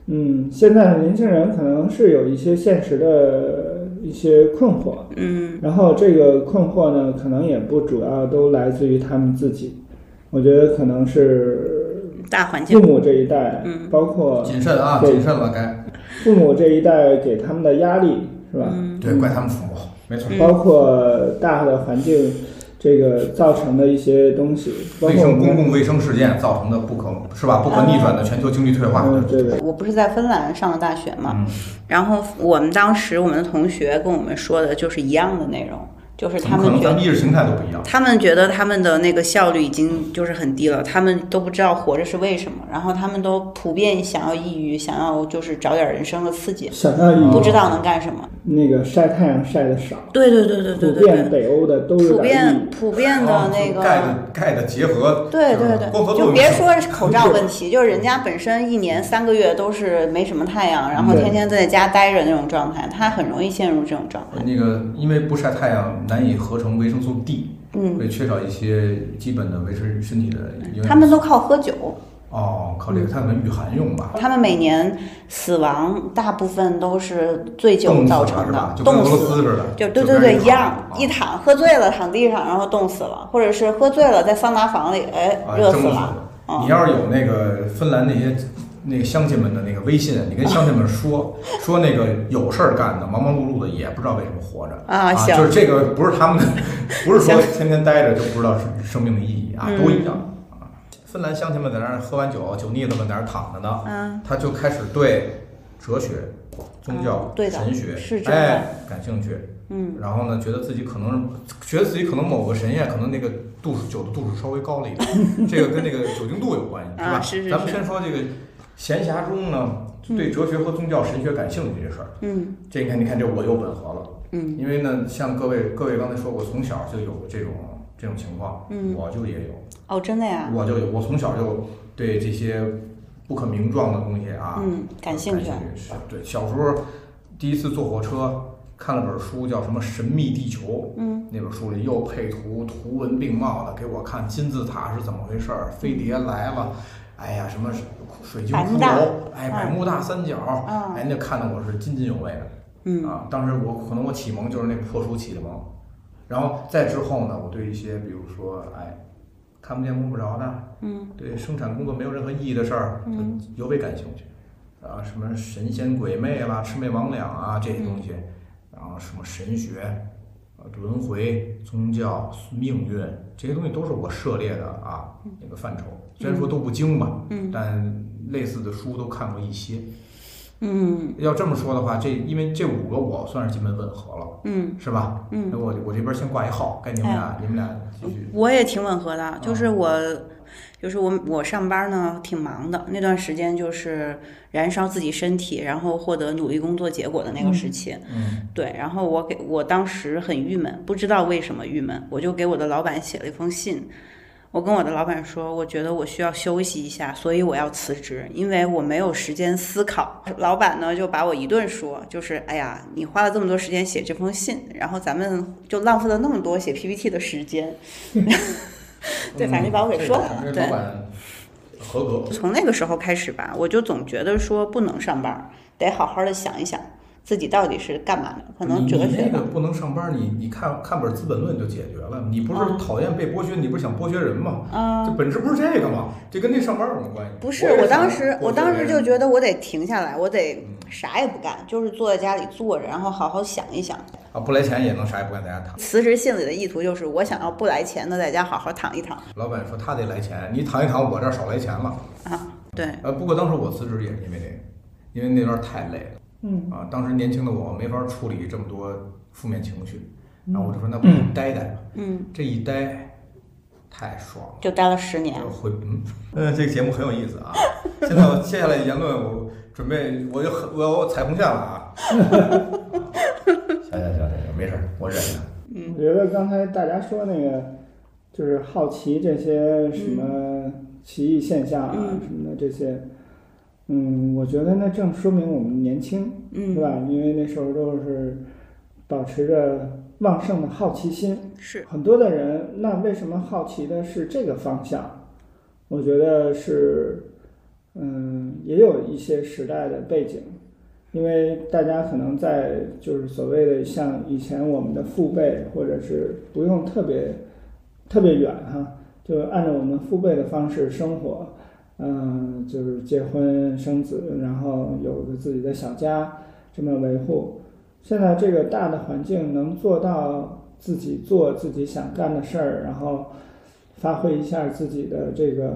Speaker 3: 嗯，现在的年轻人可能是有一些现实的一些困惑，
Speaker 1: 嗯
Speaker 3: 然后这个困惑呢，可能也不主要都来自于他们自己，我觉得可能是
Speaker 1: 大环境
Speaker 3: 父，母这一代，
Speaker 1: 嗯
Speaker 3: 包括
Speaker 2: 谨慎啊，
Speaker 3: 对
Speaker 2: 谨慎了，该
Speaker 3: 父母这一代给他们的压力，是吧？
Speaker 1: 嗯
Speaker 2: 对，怪他们父母，没错。
Speaker 1: 嗯
Speaker 3: 包括大的环境这个造成的一些东西，包
Speaker 2: 卫
Speaker 3: 括我
Speaker 2: 生公
Speaker 3: 们，
Speaker 2: 共卫生事件造成的不可是吧？不可逆转的全球经济退化。
Speaker 3: 嗯，对对，
Speaker 1: 我不是在芬兰上的大学嘛，
Speaker 2: 嗯，
Speaker 1: 然后我们当时我们的同学跟我们说的就是一样的内容，就是
Speaker 2: 怎
Speaker 1: 他
Speaker 2: 么可
Speaker 1: 们
Speaker 2: 能？
Speaker 1: 觉
Speaker 2: 咱
Speaker 1: 得
Speaker 2: 们意识形态都不一样。
Speaker 1: 他们觉得他们的那个效率已经就是很低了，他们都不知道活着是为什么，然后他们都普遍想要抑郁，想要就是找点人生的刺激，
Speaker 3: 想象
Speaker 2: 啊
Speaker 1: 不
Speaker 3: 力
Speaker 1: 知道能干什么。
Speaker 3: 那个晒太阳晒得少，
Speaker 1: 对对对对对
Speaker 3: 普
Speaker 1: 对
Speaker 3: 遍
Speaker 1: 对，
Speaker 3: 北欧的都有
Speaker 1: 普
Speaker 3: 点抑
Speaker 1: 遍
Speaker 3: 郁，
Speaker 1: 普遍的
Speaker 2: 啊
Speaker 1: 那
Speaker 2: 钙
Speaker 1: 个。
Speaker 2: 的钙的结合，
Speaker 1: 对
Speaker 2: 就
Speaker 1: 对
Speaker 2: 是
Speaker 1: 对，
Speaker 2: 光合作
Speaker 1: 就
Speaker 2: 用
Speaker 1: 别
Speaker 2: 是
Speaker 1: 说是口罩问题，就是人家本身一年三个月都是没什么太阳，
Speaker 2: 嗯
Speaker 1: 然后
Speaker 3: 对
Speaker 1: 天天在家待着那种状态，他很容易陷入这种状态。
Speaker 2: 那个因为不晒太阳难以合成维生素 D，
Speaker 1: 嗯，
Speaker 2: 会缺少一些基本的维持身体的营养。
Speaker 1: 他们都靠喝酒，
Speaker 2: 哦，靠
Speaker 1: 嗯
Speaker 2: 这个，它可能御寒用吧，
Speaker 1: 他们每年死亡大部分都是醉酒
Speaker 2: 冻死
Speaker 1: 造
Speaker 2: 了
Speaker 1: 成
Speaker 2: 是吧
Speaker 1: 的？，
Speaker 2: 就跟俄
Speaker 1: 冻
Speaker 2: 罗
Speaker 1: 死。
Speaker 2: 斯似的，
Speaker 1: 就对对
Speaker 2: 就在
Speaker 1: 对，
Speaker 2: 那
Speaker 1: 一样
Speaker 2: 躺，
Speaker 1: 一躺喝醉了躺地上，然后冻死了，或者是喝醉了在桑拿房里，哎，
Speaker 2: 啊，
Speaker 1: 热
Speaker 2: 蒸
Speaker 1: 死了。
Speaker 2: 死了。
Speaker 1: 嗯
Speaker 2: 你要是有那个芬兰那些那个乡亲们的那个微信，你跟乡亲们说说那个有事儿干的，忙忙碌碌的，也不知道为什么活着
Speaker 1: 啊行
Speaker 2: 就是这个不是他们 的，不是说
Speaker 1: 行
Speaker 2: 天天待着就不知道生生命的意义啊，
Speaker 1: 嗯
Speaker 2: 都一样啊。芬兰乡亲们在那儿喝完酒，酒腻子们在那儿躺着呢，
Speaker 1: 嗯，
Speaker 2: 他就开始对哲学、宗教
Speaker 1: 嗯、对的
Speaker 2: 神学
Speaker 1: 是真的
Speaker 2: 哎感兴趣，
Speaker 1: 嗯，
Speaker 2: 然后呢，觉得自己可能觉得自己可能某个神验可能那个度数酒的度数稍微高了 一点，这个跟那个酒精度有关系，吧？
Speaker 1: 啊是是
Speaker 2: 咱们
Speaker 1: 是
Speaker 2: 先说这个闲暇中呢，就对哲学和宗教、神学感兴趣这事儿，
Speaker 1: 嗯
Speaker 2: 这你看，你看这我又吻合了，
Speaker 1: 嗯
Speaker 2: 因为呢，像各位各位刚才说过，从小就有这种这种情况，
Speaker 1: 嗯，
Speaker 2: 我就也有，
Speaker 1: 哦，真的呀，
Speaker 2: 我就有，我从小就对这些不可名状的东西啊，
Speaker 1: 嗯，感兴趣
Speaker 2: 感，兴趣是对，小时候第一次坐火车，看了本书叫什么《神秘地球》，
Speaker 1: 嗯，
Speaker 2: 那本书里又配图，图文并茂的给我看金字塔是怎么回事儿，飞碟来了，哎呀，什么水晶
Speaker 1: 百慕
Speaker 2: 骷
Speaker 1: 大
Speaker 2: 髅，哎，百慕大三角，
Speaker 1: 嗯
Speaker 2: 哎，那看得我是津津有味的
Speaker 1: 嗯
Speaker 2: 啊。当时我可能我启蒙就是那破书启的蒙，然后再之后呢，我对一些比如说哎，看不见摸不着的，
Speaker 1: 嗯
Speaker 2: 对生产工作没有任何意义的事儿，
Speaker 1: 嗯
Speaker 2: 尤为感兴趣。啊，什么神仙鬼魅啦、魑魅魍魉啊这些东
Speaker 1: 嗯
Speaker 2: 西，然后什么神学、呃轮回、宗教、命运这些东西都是我涉猎的啊那个范畴。虽然说都不精吧，
Speaker 1: 嗯
Speaker 2: 但类似的书都看过一些。
Speaker 1: 嗯
Speaker 2: 要这么说的话，这因为这五个我算是基本吻合了，
Speaker 1: 嗯
Speaker 2: 是吧？
Speaker 1: 嗯哎
Speaker 2: 那，我我这边先挂一号，该你们俩，你们俩继 续。
Speaker 1: 我也挺吻合的，就是
Speaker 2: 啊
Speaker 1: 我，就是我，我上班呢挺忙的，那段时间就是燃烧自己身体，然后获得努力工作结果的那个时期。
Speaker 2: 嗯
Speaker 1: 对，然后我给我当时很郁闷，不知道为什么郁闷，我就给我的老板写了一封信，我跟我的老板说，我觉得我需要休息一下，所以我要辞职，因为我没有时间思考。老板呢就把我一顿说，就是哎呀，你花了这么多时间写这封信，然后咱们就浪费了那么多写 PPT 的时间。对，反正就把我给说
Speaker 2: 了。
Speaker 1: 了。
Speaker 2: 这
Speaker 1: 对
Speaker 2: 老，板合格，
Speaker 1: 从那个时候开始吧，我就总觉得说不能上班儿，得好好的想一想自己到底是干嘛的，可能
Speaker 2: 你
Speaker 1: 哲
Speaker 2: 你
Speaker 1: 学
Speaker 2: 那
Speaker 1: 吧。
Speaker 2: 个不能上班，你你看看本《资本论》就解决了。你不
Speaker 1: 啊
Speaker 2: 是讨厌被剥削，你不是想剥削人吗？
Speaker 1: 嗯，
Speaker 2: 这本质不是这个吗？这跟那上班有什么关系？
Speaker 1: 不是，
Speaker 2: 也
Speaker 1: 我
Speaker 2: 想
Speaker 1: 当时
Speaker 2: 剥削
Speaker 1: 我当时
Speaker 2: 别
Speaker 1: 就
Speaker 2: 人
Speaker 1: 觉得我得停下来，我得啥也不干，就是坐在家里坐着，然后好好想一想。
Speaker 2: 啊，不来钱也能啥也不干，在家躺。
Speaker 1: 辞职信里的意图就是我想要不来钱的在家好好躺一躺
Speaker 2: 老板说他得来钱，你躺一躺，我这儿少来钱了。
Speaker 1: 啊。对，
Speaker 2: 呃，不过当时我辞职也是因为这个，因为那段太累了。
Speaker 3: 嗯
Speaker 2: 啊，当时年轻的我没法处理这么多负面情绪，然后我就说那不
Speaker 3: 嗯
Speaker 2: 如待待吧，
Speaker 1: 嗯，
Speaker 2: 这一待太爽了。
Speaker 1: 就待了十年。
Speaker 2: 回嗯， 呃，这个节目很有意思啊。现在我接下来言论，我准备我就很我要踩红线了 啊。行行行行行，没事儿，我忍着。
Speaker 1: 嗯
Speaker 3: 我觉得刚才大家说那个，就是好奇这些什么奇异现象啊、
Speaker 1: 嗯
Speaker 3: 什么的这些，嗯，我觉得那正说明我们年轻，是
Speaker 1: 嗯，
Speaker 3: 吧？因为那时候都是保持着旺盛的好奇心，
Speaker 1: 是，
Speaker 3: 很多的人，那为什么好奇的是这个方向？我觉得是，嗯，也有一些时代的背景，因为大家可能在就是所谓的像以前我们的父辈，或者是不用特别特别远哈，就按照我们父辈的方式生活，嗯，就是结婚生子，然后有个自己的小家，这么维护。现在这个大的环境能做到自己做自己想干的事儿，然后发挥一下自己的这个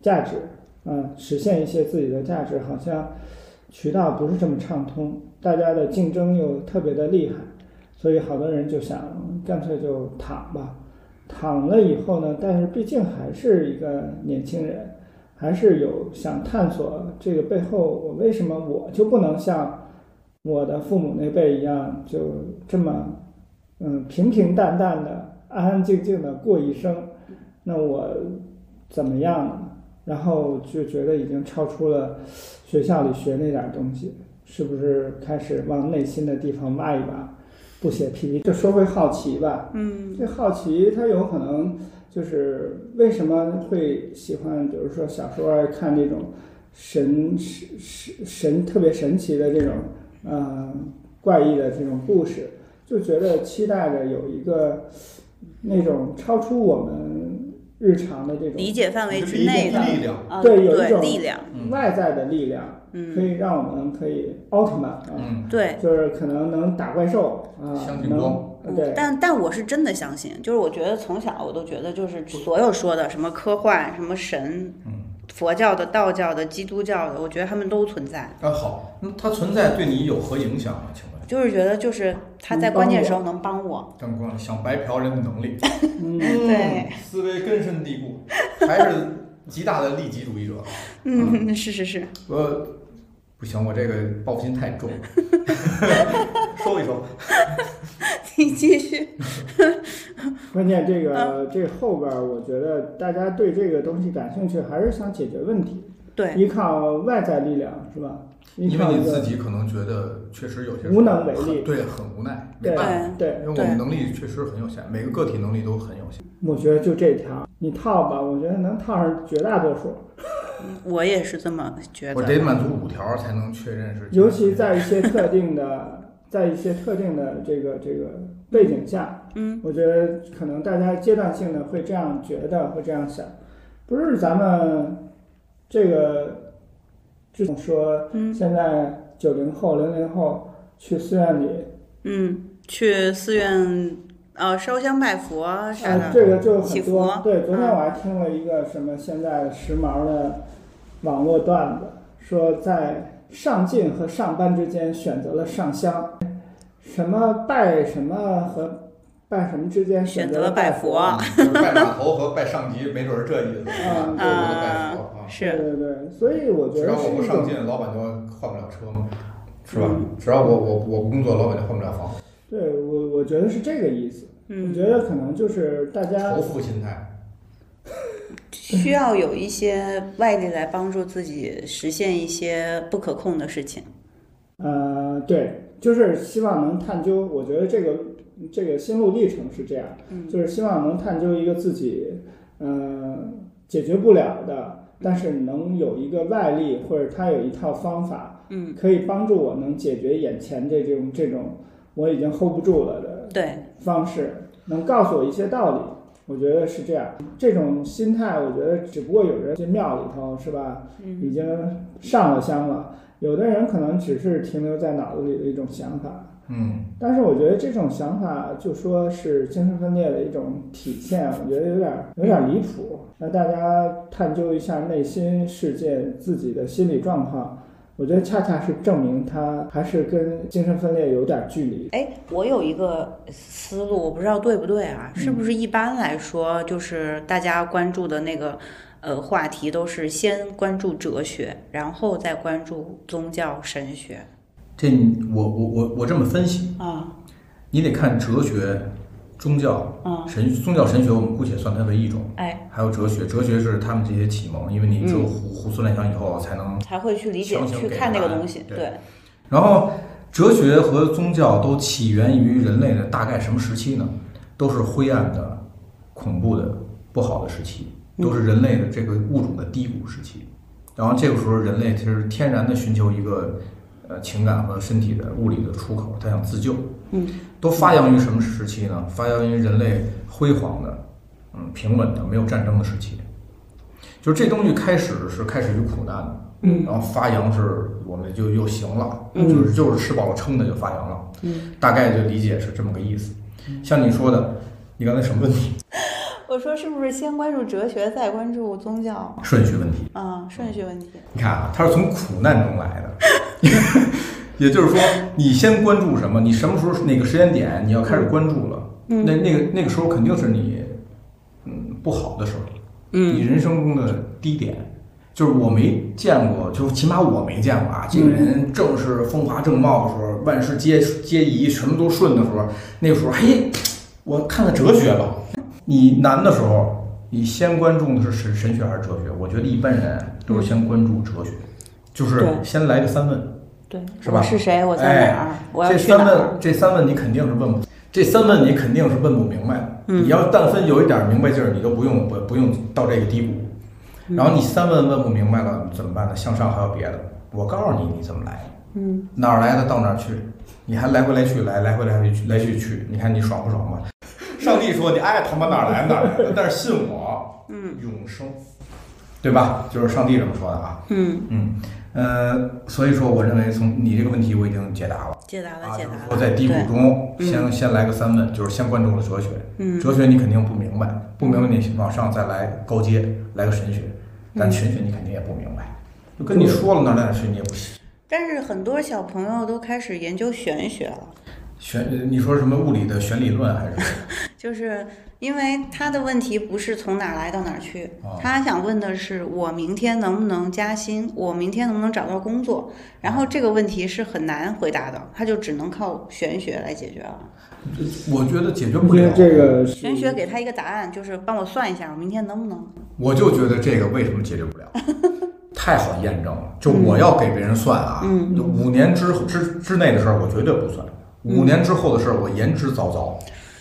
Speaker 3: 价值，嗯，实现一些自己的价值，好像渠道不是这么畅通，大家的竞争又特别的厉害，所以好多人就想干脆就躺吧。躺了以后呢，但是毕竟还是一个年轻人，还是有想探索这个背后，我为什么我就不能像我的父母那辈一样，就这么嗯平平淡淡的、安安静静的过一生，那我怎么样呢？然后就觉得已经超出了学校里学那点儿东西，是不是开始往内心的地方挖一挖？不写 PPT，就说回好奇吧。
Speaker 1: 嗯
Speaker 3: 这好奇，它有可能就是为什么会喜欢，比如说小时候爱看这种神神神神特别神奇的这种呃怪异的这种故事，就觉得期待着有一个那种超出我们日常的这种
Speaker 1: 理解范围之
Speaker 2: 一个
Speaker 1: 内
Speaker 2: 一
Speaker 1: 的
Speaker 2: 个力量，
Speaker 1: 啊，
Speaker 3: 对有一
Speaker 1: 对
Speaker 3: 种
Speaker 1: 力量，
Speaker 2: 嗯
Speaker 3: 外在的力量，可
Speaker 1: 嗯，
Speaker 3: 以让我们可以奥特曼啊，
Speaker 2: 嗯，
Speaker 1: 对。
Speaker 3: 就是可能能打怪兽啊，
Speaker 2: 相信光
Speaker 3: 能对。
Speaker 1: 嗯但但我是真的相信，就是我觉得从小我都觉得，就是所有说的什么科幻、什么神、
Speaker 2: 嗯
Speaker 1: 佛教的、道教的、基督教的，我觉得他们都存在。
Speaker 2: 啊好，那它存在对你有何影响啊？请问，
Speaker 1: 就是觉得就是他在
Speaker 3: 能帮
Speaker 1: 关键
Speaker 3: 我
Speaker 1: 时候能帮我，
Speaker 2: 张光想白嫖人的能力，
Speaker 3: 嗯
Speaker 1: 对，
Speaker 2: 思维根深蒂固，还是极大的利己主义者。
Speaker 1: 嗯，是是 是，
Speaker 2: 我不行，我这个报复心太 重了，收一收。
Speaker 1: 你继续，
Speaker 3: 关键这个这后边儿，我觉得大家对这个东西感兴趣，还是想解决问题，
Speaker 1: 对，
Speaker 3: 依靠外在力量是吧？依
Speaker 2: 因为
Speaker 3: 靠
Speaker 2: 你
Speaker 3: 一
Speaker 2: 自
Speaker 3: 个
Speaker 2: 己可能觉得确实有些
Speaker 3: 无能为
Speaker 2: 很
Speaker 3: 力。
Speaker 2: 对，很无奈，没
Speaker 3: 对
Speaker 2: 办法。
Speaker 1: 嗯
Speaker 3: 对，
Speaker 2: 因为我们能力确实很有限，每个个体能力都很有限。
Speaker 3: 我觉得就这条，你套吧，我觉得能套上绝大多数，啊
Speaker 1: 我也是这么觉
Speaker 2: 我
Speaker 1: 得，
Speaker 2: 得满足五条才能确认是。
Speaker 3: 尤其在一些特定的， 在一些特定的这个这个背景下，
Speaker 1: 嗯，
Speaker 3: 我觉得可能大家阶段性的会这样觉得，会这样想，不是咱们这个，这种说
Speaker 1: 嗯
Speaker 3: 现在九零后、零零后去寺院里，
Speaker 1: 嗯，去寺院呃烧香拜佛啥
Speaker 3: 啊，
Speaker 1: 的，
Speaker 3: 这个就
Speaker 1: 祈
Speaker 3: 很
Speaker 1: 福
Speaker 3: 多。对，昨天
Speaker 1: 嗯
Speaker 3: 我还听了一个什么现在时髦的网络段子，说在上进和上班之间选择了上香，什么拜什么和拜什么之间
Speaker 1: 选
Speaker 3: 择
Speaker 1: 择了拜
Speaker 3: 拜啊
Speaker 1: 佛，
Speaker 2: 嗯就是拜码头和拜上级，没准是这意思。
Speaker 3: 嗯
Speaker 2: 对我就拜佛啊，
Speaker 3: 对
Speaker 1: 是，
Speaker 3: 对对，所以我觉
Speaker 2: 只
Speaker 3: 得
Speaker 2: 要
Speaker 3: 是
Speaker 2: 我
Speaker 3: 一
Speaker 2: 不上
Speaker 3: 种
Speaker 2: 进，老板就换不了车嘛，是吧？只要我我我不工作，老板就换不了房。
Speaker 3: 对我我觉得是这个意思。我
Speaker 1: 嗯，
Speaker 3: 觉得可能就是大家
Speaker 2: 仇富心态，
Speaker 1: 需要有一些外力来帮助自己实现一些不可控的事情。
Speaker 3: 呃，对，就是希望能探究，我觉得这个这个心路历程是这样，
Speaker 1: 嗯
Speaker 3: 就是希望能探究一个自己，呃，解决不了的，但是能有一个外力或者他有一套方法，
Speaker 1: 嗯，
Speaker 3: 可以帮助我能解决眼前这种这种我已经 hold 不住了的
Speaker 1: 对，
Speaker 3: 方式，能告诉我一些道理。我觉得是这样，这种心态，我觉得只不过有人这庙里头是吧，
Speaker 1: 嗯
Speaker 3: 已经上了香了，有的人可能只是停留在脑子里的一种想法。
Speaker 2: 嗯，
Speaker 3: 但是我觉得这种想法就说是精神分裂的一种体现，我觉得有点有点离谱。那大家探究一下内心世界自己的心理状况，我觉得恰恰是证明他还是跟精神分裂有点距离。
Speaker 1: 哎，我有一个思路，我不知道对不对啊？是不是一般来说，就是大家关注的那个呃话题，都是先关注哲学，然后再关注宗教神学
Speaker 2: 这你我我我我这么分析，
Speaker 1: 啊？
Speaker 2: 你得看哲学、宗教、
Speaker 1: 嗯
Speaker 2: 神宗教神学，我们姑且算它为一种，
Speaker 1: 哎，
Speaker 2: 还有哲学，哲学是他们这些启蒙，因为你只有
Speaker 1: 嗯
Speaker 2: 胡胡思乱想以后啊才能
Speaker 1: 才会去理解、
Speaker 2: 强行
Speaker 1: 去
Speaker 2: 给
Speaker 1: 看那个
Speaker 2: 答案
Speaker 1: 东西。
Speaker 2: 对
Speaker 1: 对，
Speaker 2: 然后，哲学和宗教都起源于人类的大概什么时期呢？都是灰暗的、恐怖的、不好的时期，都是人类的这个物种的低谷时期。然后这个时候，人类其实天然的寻求一个呃情感和身体的物理的出口，他想自救。
Speaker 1: 嗯，
Speaker 2: 都发扬于什么时期呢？发扬于人类辉煌的、嗯平稳的、没有战争的时期。就是这东西开始是开始于苦难的，
Speaker 1: 嗯
Speaker 2: 然后发扬是我们就又行了，
Speaker 1: 嗯
Speaker 2: 就是就是吃饱了撑的就发扬了，
Speaker 1: 嗯，
Speaker 2: 大概就理解是这么个意思。像你说的，你刚才什么问题？
Speaker 1: 我说是不是先关注哲学，再关注宗教
Speaker 2: 顺序问题。
Speaker 1: 啊？顺序问题。
Speaker 2: 你看啊，它是从苦难中来的， 也就是说，你先关注什么，你什么时候哪个时间点你要开始关注了，
Speaker 1: 嗯
Speaker 2: 那那个那个时候肯定是你嗯不好的时候，你
Speaker 1: 嗯
Speaker 2: 人生中的低点，就是我没见过，就是起码我没见过
Speaker 1: 嗯
Speaker 2: 啊。这个人正是风华正茂的时候，万事皆皆宜，什么都顺的时候，那个时候，嘿，我看看哲学吧。你难的时候，你先关注的是神神学还是哲学？我觉得一般人都是先关注哲学，就是
Speaker 1: 对
Speaker 2: 先来个三问。
Speaker 1: 对，
Speaker 2: 是吧哎
Speaker 1: 我是谁？我在哪儿？我要
Speaker 2: 这
Speaker 1: 去
Speaker 2: 三
Speaker 1: 哪
Speaker 2: 问
Speaker 1: 儿？，
Speaker 2: 这三问你肯定是问不，这三问你肯定是问不明白的。
Speaker 1: 嗯
Speaker 2: 你要但凡有一点明白劲儿，你都不用不不用到这个低谷。
Speaker 1: 嗯
Speaker 2: 然后你三问问不明白了怎么办呢？向上还有别的，我告诉你你怎么来，
Speaker 1: 嗯，
Speaker 2: 哪儿来的到哪儿去，你还来回来去来来回来去来去去，你看你爽不爽吧？ 上帝说你爱他妈哪儿来哪儿来的，但是信 我，嗯，永生，对吧？就是上帝这么说的啊，
Speaker 1: 嗯，
Speaker 2: 嗯，呃，所以说我认为从你这个问题我已经解答了。
Speaker 1: 解答了，
Speaker 2: 啊，
Speaker 1: 解
Speaker 2: 就
Speaker 1: 答
Speaker 2: 是
Speaker 1: 了。
Speaker 2: 说在低谷
Speaker 1: 对
Speaker 2: 中，
Speaker 1: 嗯
Speaker 2: 先先来个三问，就是先关注了哲学，
Speaker 1: 嗯
Speaker 2: 哲学你肯定不明白，不明白你往上再来高阶，来个神学，
Speaker 1: 嗯
Speaker 2: 但神学你肯定也不明白，就跟你说了那那去你也不信。
Speaker 1: 但是很多小朋友都开始研究玄学了，
Speaker 2: 玄，呃你说什么物理的玄理论还是？
Speaker 1: 就是因为他的问题不是从哪儿来到哪儿去
Speaker 2: 哦，
Speaker 1: 他想问的是我明天能不能加薪，我明天能不能找到工作，然后这个问题是很难回答的，他就只能靠玄学来解决了。
Speaker 2: 我觉得解决
Speaker 3: 我
Speaker 2: 不
Speaker 3: 觉得
Speaker 2: 了
Speaker 3: 这，个是
Speaker 1: 玄学给他一个答案，就是帮我算一下，我明天能不能？
Speaker 2: 我就觉得这个为什么解决 不了，太好验证了。就我要给别人算啊，
Speaker 1: 嗯
Speaker 2: 就五年之后之之内的事儿我绝对不算，
Speaker 1: 嗯
Speaker 2: 五年之后的事儿我言之凿凿，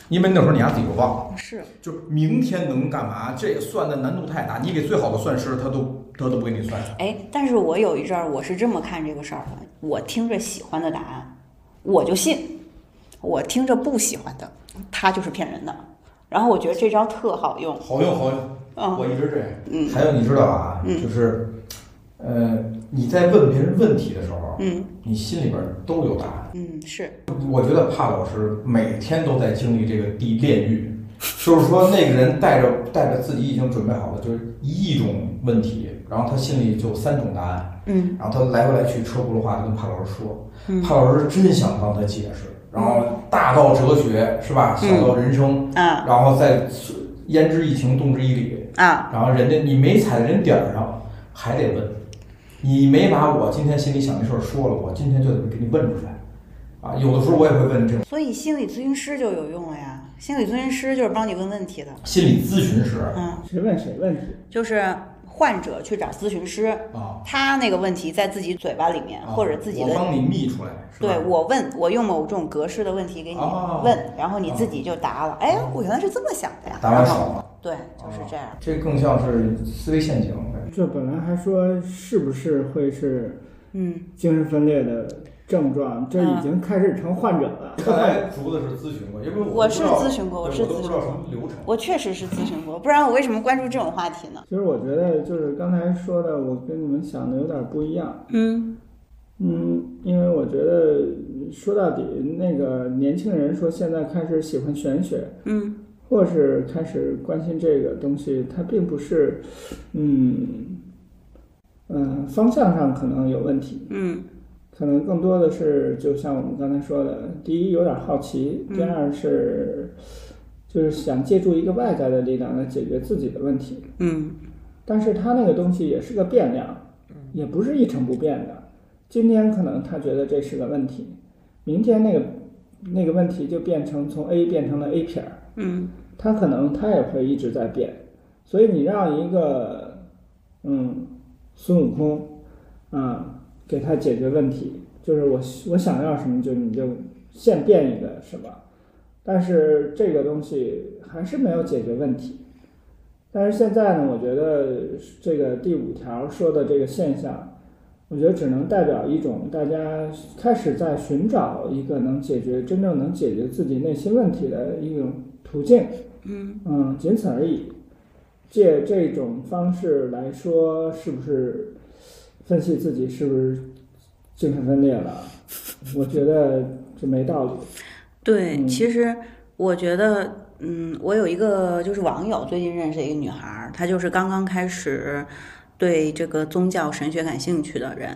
Speaker 2: 因为那时候你丫自己就忘了。
Speaker 1: 是，
Speaker 2: 就明天能干嘛？这算的难度太大，你给最好的算师，他都 他都不给你算。
Speaker 1: 哎，但是我有一阵儿我是这么看这个事儿的，我听着喜欢的答案，我就信；我听着不喜欢的，他就是骗人的。然后我觉得这招特好用，
Speaker 2: 好用，好用，
Speaker 1: 嗯，
Speaker 2: 我一直这样。
Speaker 1: 嗯
Speaker 2: 还有，你知道啊，
Speaker 1: 嗯
Speaker 2: 就是，呃，你在问别人问题的时候，
Speaker 1: 嗯
Speaker 2: 你心里边都有答案。
Speaker 1: 嗯，是，
Speaker 2: 我觉得帕老师每天都在经历这个地炼狱，就是说那个人带着带着自己已经准备好了，就是一亿种问题，然后他心里就三种答案。
Speaker 1: 嗯
Speaker 2: 然后他来回来去车轱辘话就跟帕老师说，
Speaker 1: 嗯
Speaker 2: 帕老师真想帮他解释，然后大到哲学是吧，
Speaker 1: 嗯
Speaker 2: 小到人生，
Speaker 1: 啊
Speaker 2: 然后再言之以情，动之以理，
Speaker 1: 啊，
Speaker 2: 然后人家你没踩在人点儿上，还得问，你没把我今天心里想的事儿说了，我今天就得给你问出来。
Speaker 4: 啊，有的时候我也会问这种
Speaker 1: 所以心理咨询师就有用了呀。心理咨询师就是帮你问问题的，
Speaker 4: 心理咨询师
Speaker 2: 啊
Speaker 1: 嗯，
Speaker 3: 谁问谁问题。
Speaker 1: 就是患者去找咨询师，
Speaker 4: 啊，
Speaker 1: 他那个问题在自己嘴巴里面，
Speaker 4: 啊
Speaker 1: 嗯或者自己
Speaker 4: 我
Speaker 1: 的。
Speaker 4: 帮你密出来，是吧
Speaker 1: 对我问，我用某种格式的问题给你
Speaker 4: 哦
Speaker 1: 问，然后你自己就答了。哎，我原来是这么想的呀。
Speaker 4: 打完
Speaker 1: 然后
Speaker 4: 手了，
Speaker 1: 对，嗯就是这
Speaker 2: 啊
Speaker 1: 样。
Speaker 4: 这更像是思维陷阱，我感觉
Speaker 3: 这本来还说是不是会是
Speaker 1: 嗯，
Speaker 3: 精神分裂的症状，这已经开始成患者了。
Speaker 4: 看来竹子是咨询过，因为
Speaker 1: 我
Speaker 4: 我
Speaker 1: 是
Speaker 4: 不知道
Speaker 1: 咨询过我
Speaker 4: 对
Speaker 1: 哦是
Speaker 4: 我都
Speaker 1: 咨
Speaker 4: 不
Speaker 1: 询
Speaker 4: 知道什么流程。
Speaker 1: 我确实是咨询过，不然我为什么关注这种话题呢？
Speaker 3: 其实我觉得就是刚才说的，我跟你们想的有点不一样。
Speaker 1: 嗯
Speaker 3: 嗯，因为我觉得说到底，那个年轻人说现在开始喜欢玄学，
Speaker 1: 嗯
Speaker 3: 或是开始关心这个东西，它并不是，嗯，嗯、方向上可能有问题，
Speaker 1: 嗯
Speaker 3: 可能更多的是就像我们刚才说的，第一有点好奇，第
Speaker 1: 嗯
Speaker 3: 二是就是想借助一个外在的力量来解决自己的问题，
Speaker 1: 嗯
Speaker 3: 但是它那个东西也是个变量，也不是一成不变的。今天可能他觉得这是个问题，明天那个那个问题就变成从 A 变成了 A 撇儿。
Speaker 1: 嗯
Speaker 3: 它可能它也会一直在变，所以你让一个嗯孙悟空啊给他解决问题，就是我我想要什么就你就现变一个什么，但是这个东西还是没有解决问题。但是现在呢，我觉得这个第五条说的这个现象，我觉得只能代表一种大家开始在寻找一个能解决真正能解决自己内心问题的一种途径。
Speaker 1: 嗯
Speaker 3: 嗯，仅此而已。借这种方式来说，是不是分析自己是不是精神分裂了？我觉得这没道理。
Speaker 1: 对，
Speaker 3: 嗯
Speaker 1: 其实我觉得，嗯，我有一个就是网友，最近认识一个女孩儿，她就是刚刚开始对这个宗教神学感兴趣的人。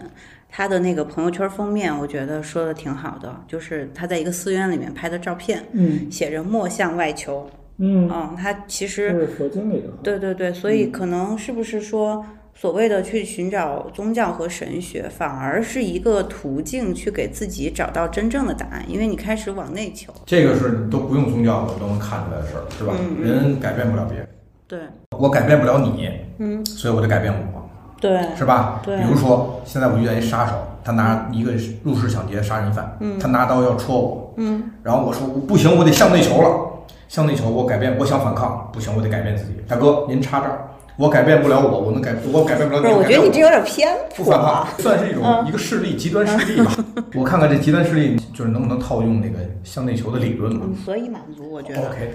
Speaker 1: 她的那个朋友圈封面，我觉得说的挺好的，就是她在一个寺院里面拍的照片，
Speaker 3: 嗯
Speaker 1: 写着“莫向外求”。
Speaker 3: 嗯，
Speaker 1: 嗯，她其
Speaker 3: 这
Speaker 1: 实
Speaker 3: 是佛经里的话。
Speaker 1: 对对对，所以
Speaker 3: 嗯
Speaker 1: 可能是不是说，所谓的去寻找宗教和神学，反而是一个途径去给自己找到真正的答案，因为你开始往内求。
Speaker 2: 这个是都不用宗教的都能看出来的事儿，是吧？
Speaker 1: 嗯嗯
Speaker 2: 人改变不了别人，
Speaker 1: 对，
Speaker 2: 我改变不了你，
Speaker 1: 嗯，
Speaker 2: 所以我得改变我，
Speaker 1: 对，
Speaker 2: 是吧？
Speaker 1: 对
Speaker 2: 比如说，现在我遇见一杀手，他拿一个入室抢劫杀人犯，
Speaker 1: 嗯
Speaker 2: 他拿刀要戳我，
Speaker 1: 嗯，
Speaker 2: 然后我说不行，我得向内求了，向内求，我改变，我想反抗，不行，我得改变自己。大哥，您插这儿，我改变不了我，我能改，我改变不了
Speaker 1: 不
Speaker 2: 你，
Speaker 1: 是，我觉
Speaker 2: 改变
Speaker 1: 得
Speaker 2: 我
Speaker 1: 你这有点偏
Speaker 2: 不
Speaker 1: 颇
Speaker 2: 反
Speaker 1: 啊嗯
Speaker 2: 抗。，算是一种、一个势力，极端势力吧。 我看看这极端势力就是能不能套用那个向内求的理论嘛。
Speaker 1: 嗯，所以满足，我觉得
Speaker 2: OK，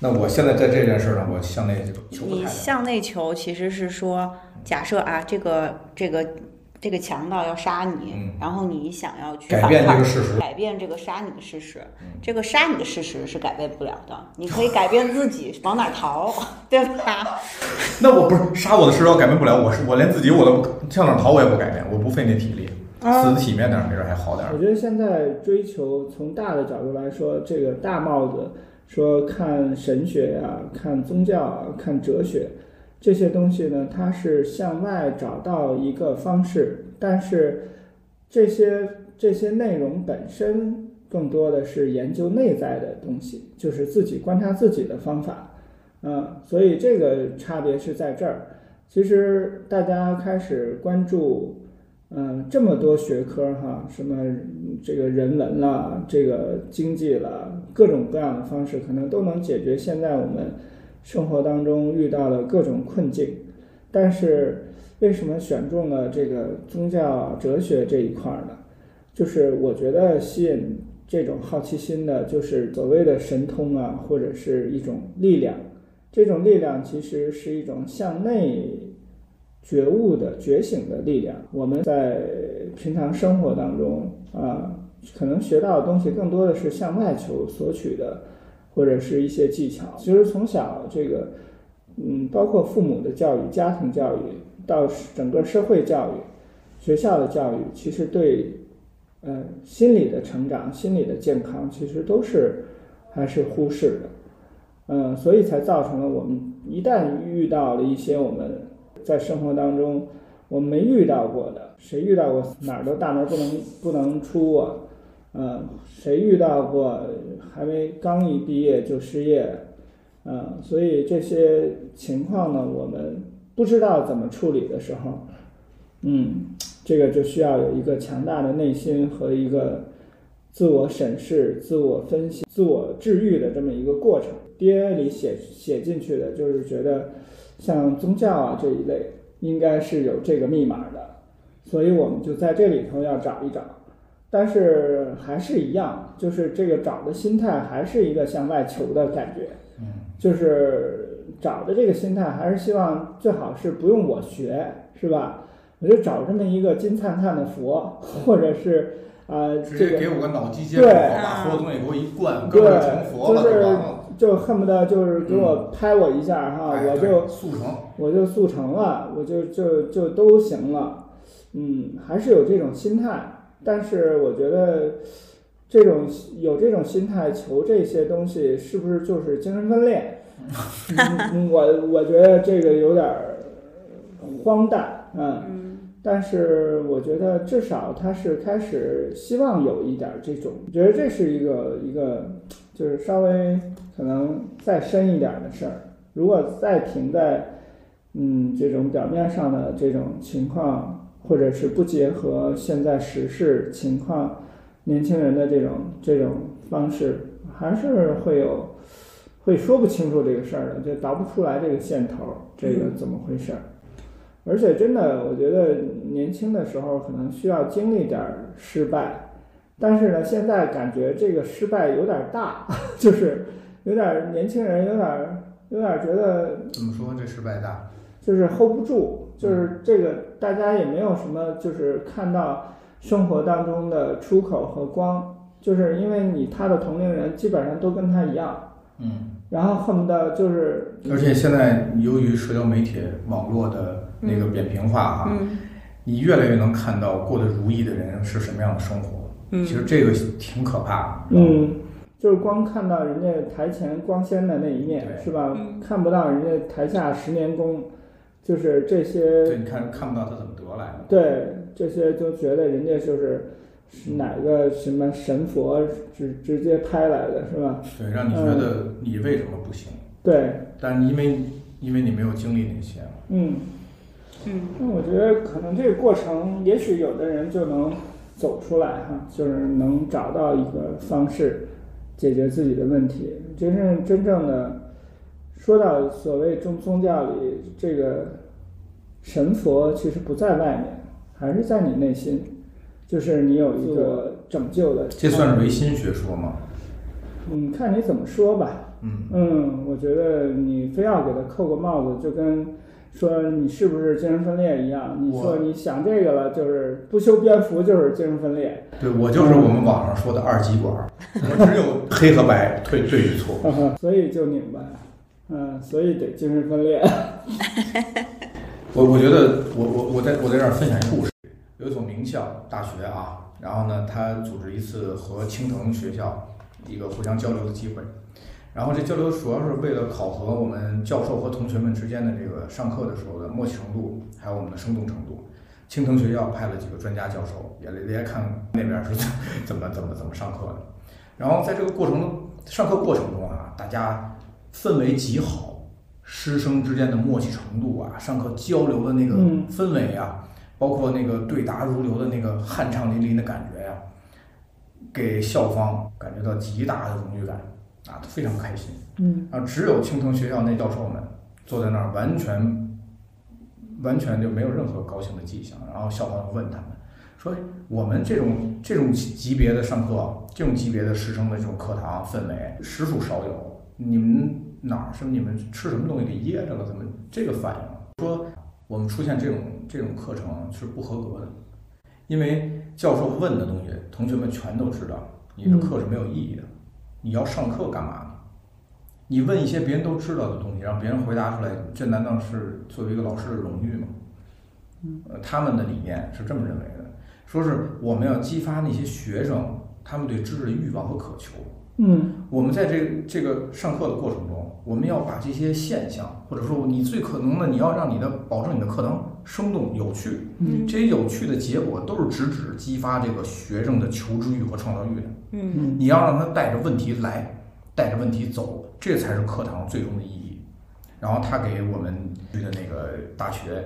Speaker 2: 那我现在在这件事上，我向内哦求不
Speaker 1: 你
Speaker 2: 太了。
Speaker 1: 向内求其实是说，假设啊，这个这个这个强盗要杀你
Speaker 2: 嗯，
Speaker 1: 然后你想要去
Speaker 2: 改
Speaker 1: 反
Speaker 2: 变这
Speaker 1: 抗
Speaker 2: 个事实，嗯
Speaker 1: 改变这个杀你的事实，这个杀你的事实是改变不了的，你可以改变自己往哪儿逃，对吧？
Speaker 2: 那我不是杀我的事实，我改变不了，我是我连自己我都不向哪儿逃，我也不改变，我不费那体力，
Speaker 1: 啊
Speaker 2: 死的体面点儿没准还好点儿
Speaker 3: 我。觉得现在追求从大的角度来说，这个大帽子说看神学呀、看宗教啊、看哲学这些东西呢，它是向外找到一个方式，但是这些这些内容本身更多的是研究内在的东西，就是自己观察自己的方法。嗯，所以这个差别是在这儿。其实大家开始关注嗯，这么多学科儿哈，什么这个人文啦，这个经济啦，各种各样的方式，可能都能解决现在我们生活当中遇到的各种困境。但是为什么选中了这个宗教啊、哲学这一块儿呢？就是我觉得吸引这种好奇心的，就是所谓的神通啊，或者是一种力量。这种力量其实是一种向内觉悟的觉醒的力量。我们在平常生活当中啊，可能学到的东西更多的是向外求索取的，或者是一些技巧。其实从小这个，嗯，包括父母的教育、家庭教育，到整个社会教育、学校的教育，其实对呃心理的成长、心理的健康，其实都是还是忽视的。嗯，所以才造成了我们一旦遇到了一些我们在生活当中我没遇到过的，谁遇到过哪儿都大门不能不能出啊，呃，谁遇到过还没刚一毕业就失业，呃，所以这些情况呢，我们不知道怎么处理的时候，嗯，这个就需要有一个强大的内心和一个自我审视、自我分析、自我治愈的这么一个过程。DNA 里写写进去的就是觉得，像宗教啊这一类，应该是有这个密码的，所以我们就在这里头要找一找。但是还是一样，就是这个找的心态还是一个向外求的感觉，就是找的这个心态还是希望最好是不用我学，是吧？我就找这么一个金灿灿的佛，或者是啊、呃
Speaker 2: 直
Speaker 3: 这
Speaker 2: 接
Speaker 3: 个
Speaker 2: 给我个脑机接
Speaker 3: 对
Speaker 2: 口，把所有东西给我一灌，跟我
Speaker 1: 啊
Speaker 2: 就成佛了，
Speaker 3: 对就是
Speaker 2: 完了。
Speaker 3: 就恨不得就是给我拍我一下哈，
Speaker 2: 嗯哎
Speaker 3: 我
Speaker 2: 对
Speaker 3: 就
Speaker 2: 速成，
Speaker 3: 我就速成了，我就就就都行了，嗯，还是有这种心态。但是我觉得，这种有这种心态求这些东西，是不是就是精神分裂？嗯我我觉得这个有点儿荒诞，嗯。
Speaker 1: 嗯
Speaker 3: 但是我觉得至少他是开始希望有一点儿这种，觉得这是一个一个就是稍微可能再深一点儿的事儿。如果再停在嗯这种表面上的这种情况，或者是不结合现在时事情况，年轻人的这种这种方式，还是会有会说不清楚这个事儿的，就倒不出来这个线头儿，这个怎么回事儿？而且真的，我觉得年轻的时候可能需要经历点儿失败，但是呢，现在感觉这个失败有点儿大， 就是有点儿年轻人有点儿有点儿觉得
Speaker 2: 怎么说这失败大？
Speaker 3: 就是 hold 不住，就是这个大家也没有什么，就是看到生活当中的出口和光，就是因为你他的同龄人基本上都跟他一样，
Speaker 2: 嗯，
Speaker 3: 然后恨不得就是
Speaker 2: 而且现在由于社交媒体网络的那个扁平化哈、
Speaker 1: 嗯
Speaker 2: 你越来越能看到过得如意的人是什么样的生活。
Speaker 1: 嗯
Speaker 2: 其实这个挺可怕的。
Speaker 3: 嗯，就是光看到人家台前光鲜的那一面
Speaker 2: 对
Speaker 3: 是吧
Speaker 1: 嗯？
Speaker 3: 看不到人家台下十年功，就是这些
Speaker 2: 对，你看看不到他怎么得来的。
Speaker 3: 对，这些就觉得人家就是是哪个什么神佛直直接拍来的是吧？
Speaker 2: 对，让你觉得你为什么不行？
Speaker 3: 对，
Speaker 2: 但是因为因为你没有经历那些，
Speaker 3: 嗯，
Speaker 1: 嗯
Speaker 3: 那我觉得可能这个过程，也许有的人就能走出来哈，就是能找到一个方式解决自己的问题。真正真正的说到所谓宗宗教里这个神佛，其实不在外面，还是在你内心，就是你有一个拯救的。
Speaker 2: 这算是唯心学说吗？
Speaker 3: 嗯，看你怎么说吧。
Speaker 2: 嗯，
Speaker 3: 嗯，我觉得你非要给他扣个帽子，就跟说你是不是精神分裂一样。你
Speaker 2: 我
Speaker 3: 说你想这个了，就是不修边幅就是精神分裂。
Speaker 2: 对我就是我们网上说的二极管儿，我只有黑和白，对对与错。
Speaker 3: 所以就拧巴，嗯，所以得精神分裂。
Speaker 2: 我我觉得我我我在我在这儿分享一个故事，有一所名校大学啊，然后呢，他组织一次和青藤学校一个互相交流的机会，然后这交流主要是为了考核我们教授和同学们之间的这个上课的时候的默契程度，还有我们的生动程度。青藤学校派了几个专家教授，也来来看那边是怎么怎么怎么上课的。然后在这个过程上课过程中啊，大家氛围极好，师生之间的默契程度啊，上课交流的那个
Speaker 3: 嗯
Speaker 2: 氛围啊，包括那个对答如流的那个酣畅淋漓的感觉呀、啊给校方感觉到极大的荣誉感啊，都非常开心。
Speaker 3: 嗯
Speaker 2: 啊，只有青藤学校那教授们坐在那儿，完全完全就没有任何高兴的迹象。然后校方就问他们说：“我们这种这种级别的上课，这种级别的师生的这种课堂氛围，实属少有。你们哪儿是你们吃什么东西给噎着了？怎么这个反应？说我们出现这种这种课程是不合格的，因为教授问的东西，同学们全都知道，你的课是没有意义的。你要上课干嘛呢？你问一些别人都知道的东西，让别人回答出来，这难道是作为一个老师的荣誉吗？呃，他们的理念是这么认为的，说是我们要激发那些学生他们对知识的欲望和渴求，
Speaker 3: 嗯
Speaker 2: 我们在这个这个上课的过程中，我们要把这些现象，或者说你最可能的，你要让你的保证你的课堂生动有趣，
Speaker 1: 嗯
Speaker 2: 这些有趣的结果都是直指激发这个学生的求知欲和创造欲的。
Speaker 1: 嗯
Speaker 3: 嗯
Speaker 2: 你要让他带着问题来，带着问题走，这才是课堂最终的意义。然后他给我们去的那个大学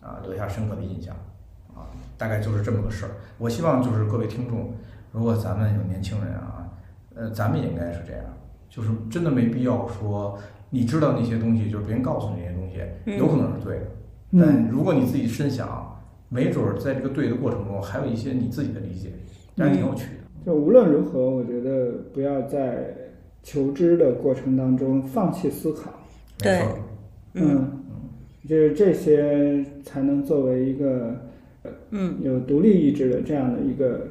Speaker 2: 啊留下深刻的印象啊，大概就是这么个事儿。我希望就是各位听众，如果咱们有年轻人啊，呃，咱们也应该是这样，就是真的没必要说你知道那些东西，就是别人告诉你那些东西，
Speaker 1: 嗯
Speaker 2: 有可能是对的，但
Speaker 3: 嗯
Speaker 2: 如果你自己深想，没准儿在这个对的过程中，还有一些你自己的理解，还是挺有趣的。
Speaker 3: 就无论如何，我觉得不要在求知的过程当中放弃思考。
Speaker 1: 对
Speaker 2: 没错儿，
Speaker 1: 嗯
Speaker 3: 嗯，就是这些才能作为一个
Speaker 1: 嗯
Speaker 3: 有独立意志的这样的一个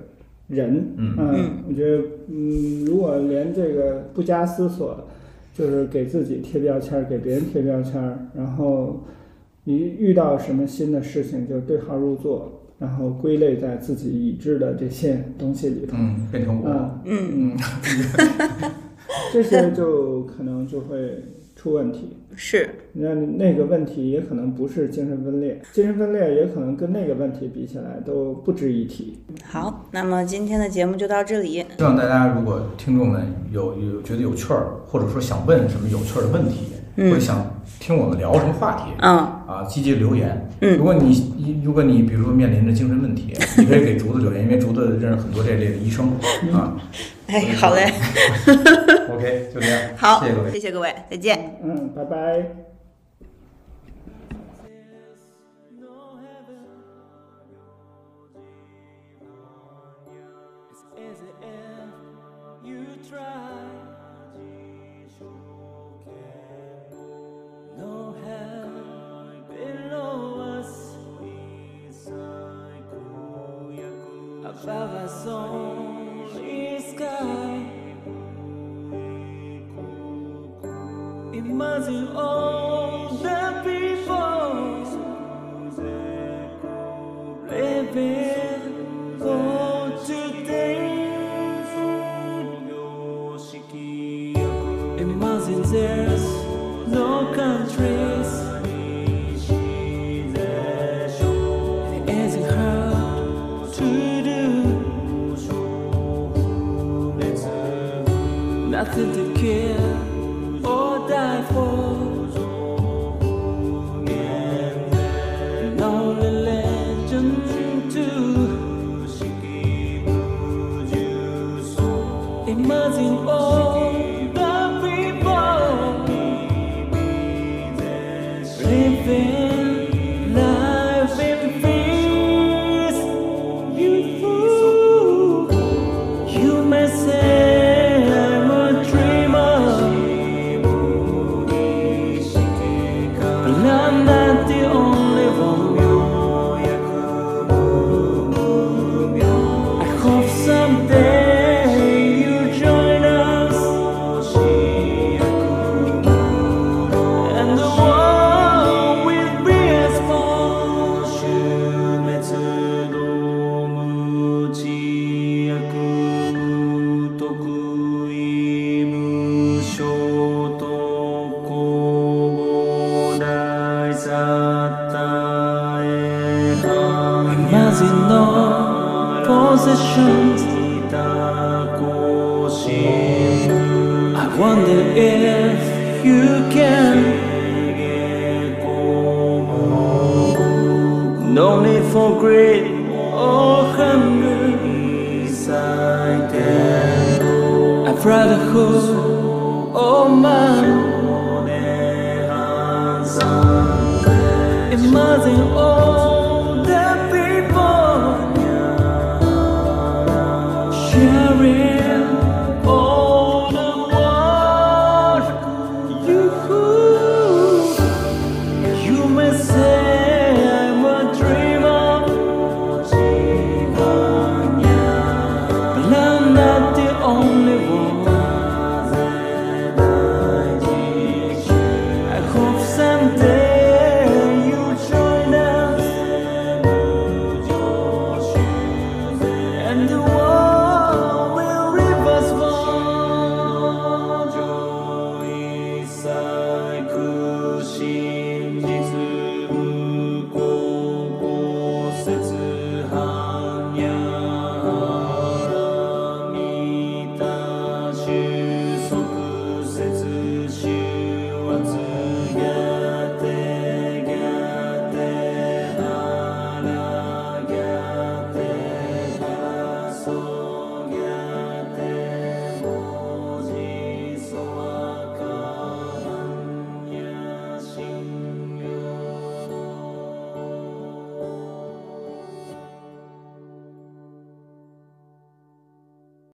Speaker 3: 人。
Speaker 2: 嗯
Speaker 1: 嗯
Speaker 3: 我觉得，嗯，如果连这个不加思索，就是给自己贴标签儿，给别人贴标签儿，然后一遇到什么新的事情就对号入座，然后归类在自己已知的这些东西里头。
Speaker 2: 嗯，变成我。
Speaker 3: 嗯，
Speaker 1: 嗯，
Speaker 2: 嗯，
Speaker 3: 这些就可能就会出问题。
Speaker 1: 是，
Speaker 3: 那那个问题也可能不是精神分裂，精神分裂也可能跟那个问题比起来都不值一提。
Speaker 1: 好，那么今天的节目就到这里。
Speaker 2: 希望大家如果听众们有有觉得有趣儿，或者说想问什么有趣儿的问题，
Speaker 1: 嗯
Speaker 2: 或者想听我们聊什么话题。
Speaker 1: 嗯
Speaker 2: 啊，积极留言。
Speaker 1: 嗯
Speaker 2: 如果你如果你比如说面临着精神 问题，你可以给竹子留言，因为竹子认识很多这类的医生啊。
Speaker 1: 哎，好嘞，
Speaker 2: OK，就这样，
Speaker 1: 好
Speaker 2: 嗯谢谢各位，。
Speaker 1: 谢谢各位，再见。
Speaker 3: 嗯，拜拜。
Speaker 5: It's as if you try. No hell below us. Above us only sky. Imagine all the people living for today. Imagine there's no countries. It isn't hard to do. Nothing to kill or die for. And all the legends too. Imagine all the people living life in peace. Beautiful. You may say I'm a dreamer, but I'm not the only one. I hope someday you join us And the world will be as Imagine no possessions. I wonder if you can. No need for greed or hunger. A brotherhood, oh man. Imagine all